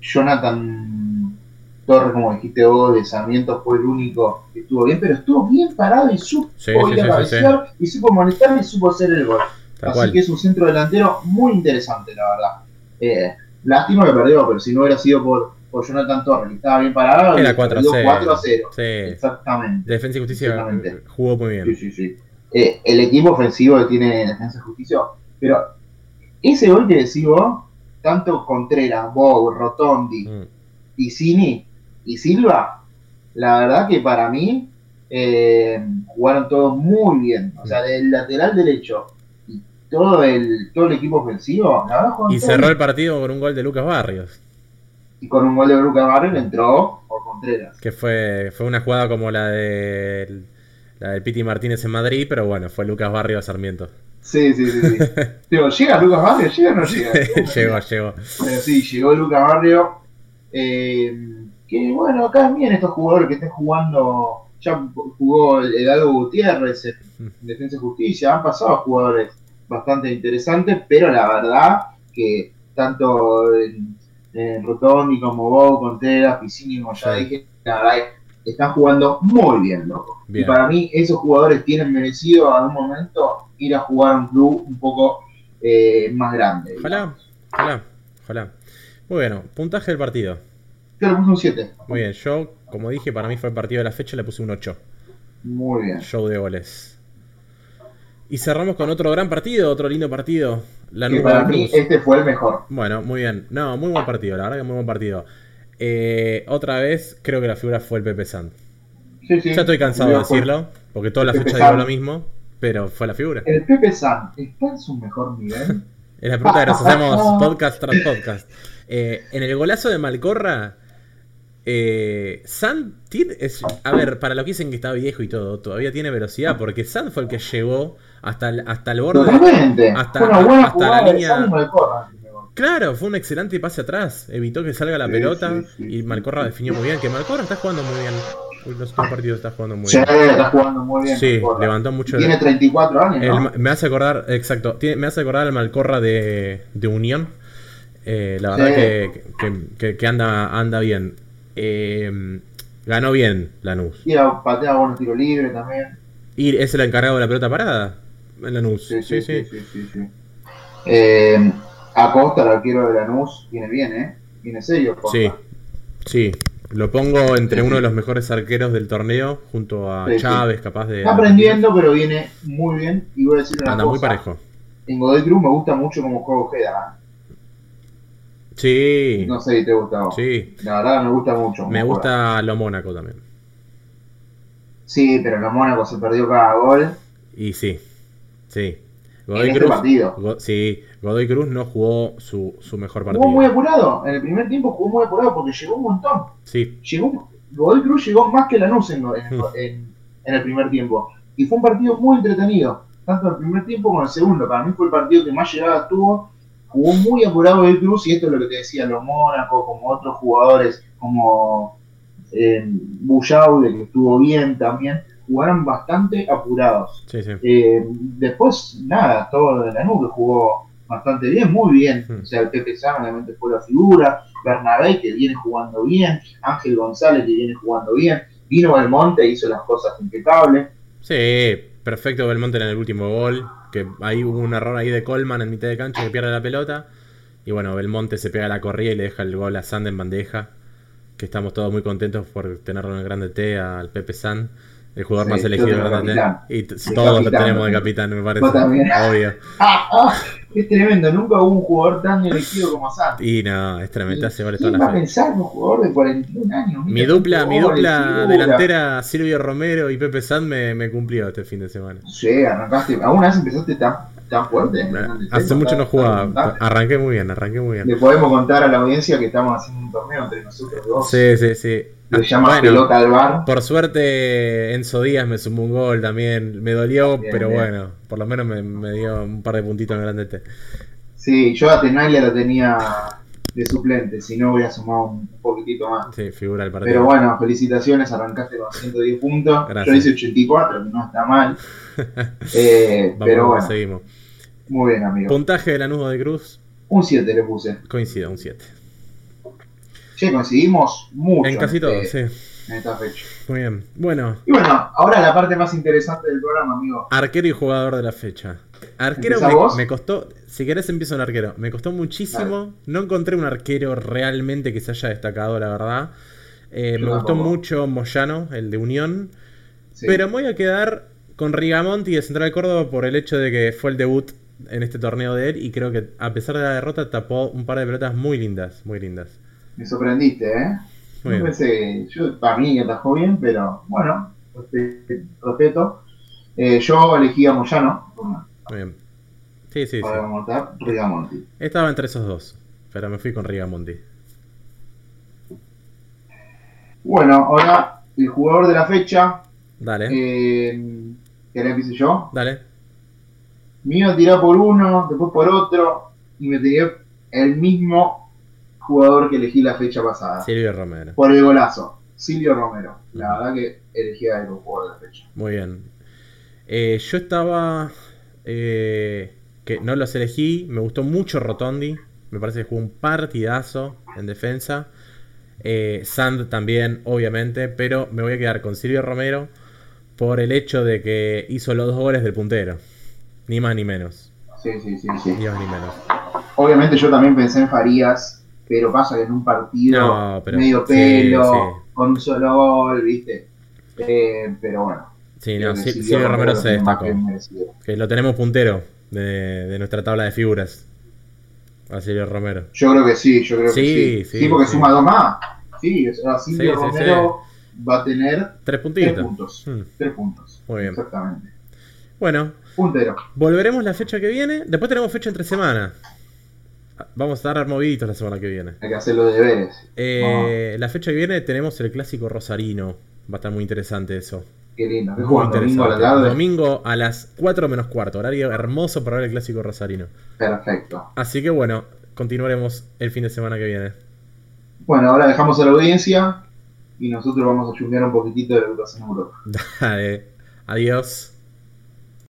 Speaker 2: Jonathan Torres, como dijiste vos, de Sarmiento fue el único que estuvo bien, pero estuvo bien parado y supo
Speaker 1: Sí, sí,
Speaker 2: ir
Speaker 1: sí, sí,
Speaker 2: a cabecear, y supo molestar y supo hacer el gol.
Speaker 1: Tal
Speaker 2: Así
Speaker 1: cual.
Speaker 2: que es un centro delantero muy interesante, la verdad. Eh, lástima que perdió, pero si no hubiera sido por, por Jonathan Torres, que estaba bien parado,
Speaker 1: Era
Speaker 2: y
Speaker 1: 4 a
Speaker 2: perdió
Speaker 1: 0.
Speaker 2: 4 a 0.
Speaker 1: Sí.
Speaker 2: Exactamente.
Speaker 1: Defensa y Justicia eh,
Speaker 2: Exactamente.
Speaker 1: jugó muy bien.
Speaker 2: Sí, sí, sí. Eh, el equipo ofensivo que tiene Defensa y Justicia, pero ese gol que decís vos, tanto Contreras, Bow, Rotondi,
Speaker 1: Mm.
Speaker 2: Piscini y Silva, la verdad que para mí eh, jugaron todos muy bien. O sea, del lateral derecho y todo el, todo el equipo ofensivo, la verdad jugaron
Speaker 1: Y
Speaker 2: todos
Speaker 1: cerró
Speaker 2: bien.
Speaker 1: el partido con un gol de Lucas Barrios.
Speaker 2: Y con un gol de Lucas Barrio entró por Contreras.
Speaker 1: Que fue, fue una jugada como la de la del Piti Martínez en Madrid, pero bueno, fue Lucas Barrio a Sarmiento. *laughs*
Speaker 2: Sí, sí, sí. sí. Digo, ¿llega Lucas Barrio? ¿Llega o no llega?
Speaker 1: *laughs* llegó, llegó.
Speaker 2: Pero sí, llegó Lucas Barrio. eh, que bueno, acá bien estos jugadores que estén jugando. Ya jugó el el Aldo Gutiérrez en en Defensa y Justicia. Han pasado jugadores bastante interesantes, pero la verdad que tanto en, en Rotondi como Bob, Contreras, Piscini, como ya
Speaker 1: Sí.
Speaker 2: dije, la verdad que están jugando muy bien, loco. Y
Speaker 1: Bien.
Speaker 2: para mí, esos jugadores tienen merecido a un momento ir a jugar a un club un poco eh, más grande.
Speaker 1: Ojalá, ojalá, ojalá. Muy bueno, puntaje del partido.
Speaker 2: Yo le puse un 7.
Speaker 1: Muy bien, yo, como dije, para mí fue el partido de la fecha, le puse un 8.
Speaker 2: Muy bien.
Speaker 1: Show de goles. Y cerramos con otro gran partido, otro lindo partido. La
Speaker 2: Que
Speaker 1: Nueva
Speaker 2: para
Speaker 1: Cruz.
Speaker 2: mí este fue el mejor.
Speaker 1: Bueno, muy bien. No, muy buen partido, la verdad que muy buen partido. Eh, otra vez, creo que la figura fue el Pepe Sand.
Speaker 2: Sí, sí.
Speaker 1: Ya estoy cansado de
Speaker 2: Digo, fue-
Speaker 1: decirlo, porque toda la
Speaker 2: Pepe
Speaker 1: fecha digo
Speaker 2: San.
Speaker 1: lo mismo, pero fue la figura.
Speaker 2: El Pepe San está en su mejor nivel.
Speaker 1: *laughs* Es la pregunta que
Speaker 2: Ah,
Speaker 1: nos hacemos podcast tras podcast. Eh, en el golazo de Malcorra, eh, Sand tiene. es- a ver, para los que dicen que está viejo y todo, todavía tiene velocidad, porque Sand fue el que llegó hasta el, hasta el borde.
Speaker 2: Totalmente.
Speaker 1: Hasta-
Speaker 2: Fue una buena
Speaker 1: hasta la
Speaker 2: jugada de
Speaker 1: línea-
Speaker 2: San y Malcorra.
Speaker 1: Claro, fue un excelente pase atrás. Evitó que salga la
Speaker 2: Sí,
Speaker 1: pelota
Speaker 2: sí, sí.
Speaker 1: y Malcorra definió muy bien. Que Malcorra está jugando muy bien. Uy, Los últimos partidos está jugando muy
Speaker 2: Sí,
Speaker 1: bien.
Speaker 2: está jugando muy bien.
Speaker 1: Sí,
Speaker 2: Corra.
Speaker 1: levantó mucho.
Speaker 2: Tiene 34 años,
Speaker 1: El
Speaker 2: ¿no?
Speaker 1: ma- me hace acordar, exacto, tiene- me hace acordar al Malcorra de, de Unión. Eh, la verdad
Speaker 2: Sí.
Speaker 1: que, que- que- que anda, anda bien. Eh, ganó bien Lanús.
Speaker 2: Tira, patea buenos tiros libres también.
Speaker 1: Y es el encargado de la pelota parada. Lanús. Sí, sí.
Speaker 2: sí, sí, sí. Eh, Acosta, el arquero de Lanús, viene bien, ¿eh? Viene serio. Acosta.
Speaker 1: Sí. Sí. Lo pongo entre
Speaker 2: Sí, sí.
Speaker 1: uno de los mejores arqueros del torneo, junto a
Speaker 2: Sí, sí.
Speaker 1: Chávez, capaz de.
Speaker 2: Está aprendiendo, pero viene muy bien. Y voy a decir una
Speaker 1: Anda
Speaker 2: cosa.
Speaker 1: muy parejo.
Speaker 2: En Godoy Cruz me gusta mucho cómo juega Ojeda. ¿eh?
Speaker 1: Sí.
Speaker 2: No sé si te gusta. a vos.
Speaker 1: Sí.
Speaker 2: La verdad me gusta mucho. cómo
Speaker 1: Me
Speaker 2: juega.
Speaker 1: gusta lo Mónaco también.
Speaker 2: Sí, pero la Mónaco se perdió cada gol.
Speaker 1: Y sí, sí.
Speaker 2: En
Speaker 1: Godoy
Speaker 2: este
Speaker 1: Cruz,
Speaker 2: partido.
Speaker 1: Go- sí, Godoy Cruz no jugó su, su mejor partido.
Speaker 2: Jugó muy apurado. En el primer tiempo jugó muy apurado porque llegó un montón.
Speaker 1: Sí,
Speaker 2: Llegó, Godoy Cruz llegó más que Lanús en, en,
Speaker 1: Hmm.
Speaker 2: en- en el primer tiempo. Y fue un partido muy entretenido. Tanto el primer tiempo como el segundo. Para mí fue el partido que más llegada tuvo. Jugó muy apurado Godoy Cruz. Y esto es lo que te decía, los Mónaco, como otros jugadores, como eh, Bullaude, que estuvo bien también. Jugaron bastante apurados.
Speaker 1: sí, sí.
Speaker 2: Eh, después, nada, todo lo de la nube jugó bastante bien, muy bien.
Speaker 1: Mm.
Speaker 2: O sea, el Pepe San obviamente fue la figura, Bernabé que viene jugando bien, Ángel González que viene jugando bien, Dino Belmonte hizo las cosas impecables.
Speaker 1: Sí, perfecto Belmonte en el último gol. Que ahí hubo un error ahí de Coleman en mitad de cancha que pierde la pelota. Y bueno, Belmonte se pega la corrida y le deja el gol a Sand en bandeja. Que estamos todos muy contentos por tenerlo en el Grande T, al Pepe San, el jugador
Speaker 2: Sí,
Speaker 1: más
Speaker 2: yo
Speaker 1: elegido del
Speaker 2: tengo
Speaker 1: Grande T.
Speaker 2: capitán.
Speaker 1: Y t-
Speaker 2: De
Speaker 1: todos lo
Speaker 2: capitán
Speaker 1: tenemos de
Speaker 2: también.
Speaker 1: capitán, me parece.
Speaker 2: Vos también.
Speaker 1: Obvio.
Speaker 2: ¡Ah, ah! Es tremendo, nunca hubo un jugador tan elegido como San.
Speaker 1: Y no, es tremendo, hace goles todas
Speaker 2: ¿Quién va
Speaker 1: las
Speaker 2: a pensar en un jugador de 41 años?
Speaker 1: Mi
Speaker 2: Mira,
Speaker 1: dupla,
Speaker 2: cinco
Speaker 1: mi
Speaker 2: goles,
Speaker 1: dupla
Speaker 2: figura.
Speaker 1: delantera Silvio Romero y Pepe San me, me cumplió este fin de semana.
Speaker 2: Sí, arrancaste. ¿Alguna vez empezaste tan, tan fuerte?
Speaker 1: Hace mucho no jugaba.
Speaker 2: jugaba.
Speaker 1: Arranqué muy bien, arranqué muy bien.
Speaker 2: Le podemos contar a la audiencia que estamos haciendo un torneo entre nosotros dos.
Speaker 1: Sí, sí, sí. Ah,
Speaker 2: Lo llama
Speaker 1: Bueno,
Speaker 2: pelota al bar.
Speaker 1: por suerte Enzo Díaz me sumó un gol también. Me dolió,
Speaker 2: Bien,
Speaker 1: pero
Speaker 2: bien.
Speaker 1: bueno, por lo menos me, me dio un par de puntitos en grande este. T.
Speaker 2: Sí, yo a Tenaglia lo tenía de suplente, si no hubiera sumado un poquitito más.
Speaker 1: Sí, figura el partido.
Speaker 2: Pero bueno, felicitaciones, arrancaste con 110 puntos. Yo
Speaker 1: Gracias.
Speaker 2: hice 84, que no
Speaker 1: *laughs*
Speaker 2: está mal. Eh,
Speaker 1: Vamos,
Speaker 2: pero bueno,
Speaker 1: seguimos.
Speaker 2: muy bien, amigo.
Speaker 1: Puntaje de Lanudo de Cruz,
Speaker 2: Un 7 le puse.
Speaker 1: coincido, un 7.
Speaker 2: Ya conseguimos mucho.
Speaker 1: En casi todo,
Speaker 2: este-
Speaker 1: sí.
Speaker 2: En esta fecha.
Speaker 1: Muy bien. Bueno,
Speaker 2: Y bueno, ahora la parte más interesante del programa, amigo.
Speaker 1: Arquero y jugador de la fecha. Arquero
Speaker 2: ¿Empezás
Speaker 1: me,
Speaker 2: vos?
Speaker 1: me costó, si querés empiezo en arquero, me costó muchísimo, no encontré un arquero realmente que se haya destacado, la verdad. Eh,
Speaker 2: Yo
Speaker 1: me gustó
Speaker 2: tampoco.
Speaker 1: mucho Moyano, el de Unión,
Speaker 2: Sí.
Speaker 1: pero me voy a quedar con Rigamonti de Central Córdoba por el hecho de que fue el debut en este torneo de él y creo que a pesar de la derrota tapó un par de pelotas muy lindas, muy lindas.
Speaker 2: Me sorprendiste, ¿eh?
Speaker 1: Muy
Speaker 2: Yo
Speaker 1: bien.
Speaker 2: pensé, yo, para mí que atajó bien, pero bueno, respe- respeto. Eh, yo elegí a Moyano,
Speaker 1: Muy bien. Sí, sí,
Speaker 2: para
Speaker 1: sí.
Speaker 2: montar Rigamonti.
Speaker 1: Estaba entre esos dos, pero me fui con Rigamonti.
Speaker 2: Bueno, ahora el jugador de la fecha,
Speaker 1: Dale,
Speaker 2: eh, ¿querés que hice yo?
Speaker 1: dale.
Speaker 2: Me iba a tirar por uno, después por otro, y me tiré el mismo jugador que elegí la fecha pasada.
Speaker 1: Silvio Romero.
Speaker 2: Por el golazo, Silvio Romero. La verdad que elegí a él como jugador de la fecha.
Speaker 1: Muy bien. Eh, yo estaba. eh, que no los elegí. Me gustó mucho Rotondi. Me parece que jugó un partidazo en defensa. Eh, Sand también, obviamente. Pero me voy a quedar con Silvio Romero por el hecho de que hizo los dos goles del puntero. Ni más ni menos.
Speaker 2: Sí, sí, sí, sí.
Speaker 1: Ni más ni menos.
Speaker 2: Obviamente yo también pensé en Farías, pero pasa que en un partido
Speaker 1: No, pero-
Speaker 2: medio
Speaker 1: sí,
Speaker 2: pelo,
Speaker 1: sí.
Speaker 2: con un solo gol, ¿viste? Eh, pero bueno.
Speaker 1: Sí, no,
Speaker 2: creo que
Speaker 1: Sil-
Speaker 2: Silvio
Speaker 1: Silvio Romero se
Speaker 2: tiene más
Speaker 1: destacó.
Speaker 2: que merecido.
Speaker 1: Que lo tenemos puntero de, de nuestra tabla de figuras. A Silvio Romero.
Speaker 2: Yo creo que sí, yo creo que
Speaker 1: Sí,
Speaker 2: sí.
Speaker 1: sí,
Speaker 2: Sí, porque
Speaker 1: sí.
Speaker 2: suma dos más. Sí, o sea, Silvio
Speaker 1: Sí, sí,
Speaker 2: Romero va a tener
Speaker 1: Tres
Speaker 2: tres
Speaker 1: puntitos.
Speaker 2: puntos.
Speaker 1: Hmm,
Speaker 2: Tres puntos.
Speaker 1: Muy bien.
Speaker 2: Exactamente.
Speaker 1: Bueno,
Speaker 2: Puntero.
Speaker 1: Volveremos la fecha que viene. Después tenemos fecha entre semana. Vamos a estar moviditos la semana que viene.
Speaker 2: Hay que hacer los deberes.
Speaker 1: Eh,
Speaker 2: Ah.
Speaker 1: La fecha que viene tenemos el clásico rosarino. Va a estar muy interesante eso.
Speaker 2: Qué lindo. ¿Qué
Speaker 1: Muy
Speaker 2: juegan? Domingo a la
Speaker 1: interesante.
Speaker 2: tarde.
Speaker 1: Domingo a las 4 menos cuarto. Horario hermoso para ver el clásico rosarino.
Speaker 2: Perfecto.
Speaker 1: Así que bueno, continuaremos el fin de semana que viene. *laughs*
Speaker 2: Bueno, ahora dejamos a la audiencia y nosotros vamos a chumbear un poquitito de la educación en Europa.
Speaker 1: Dale, adiós.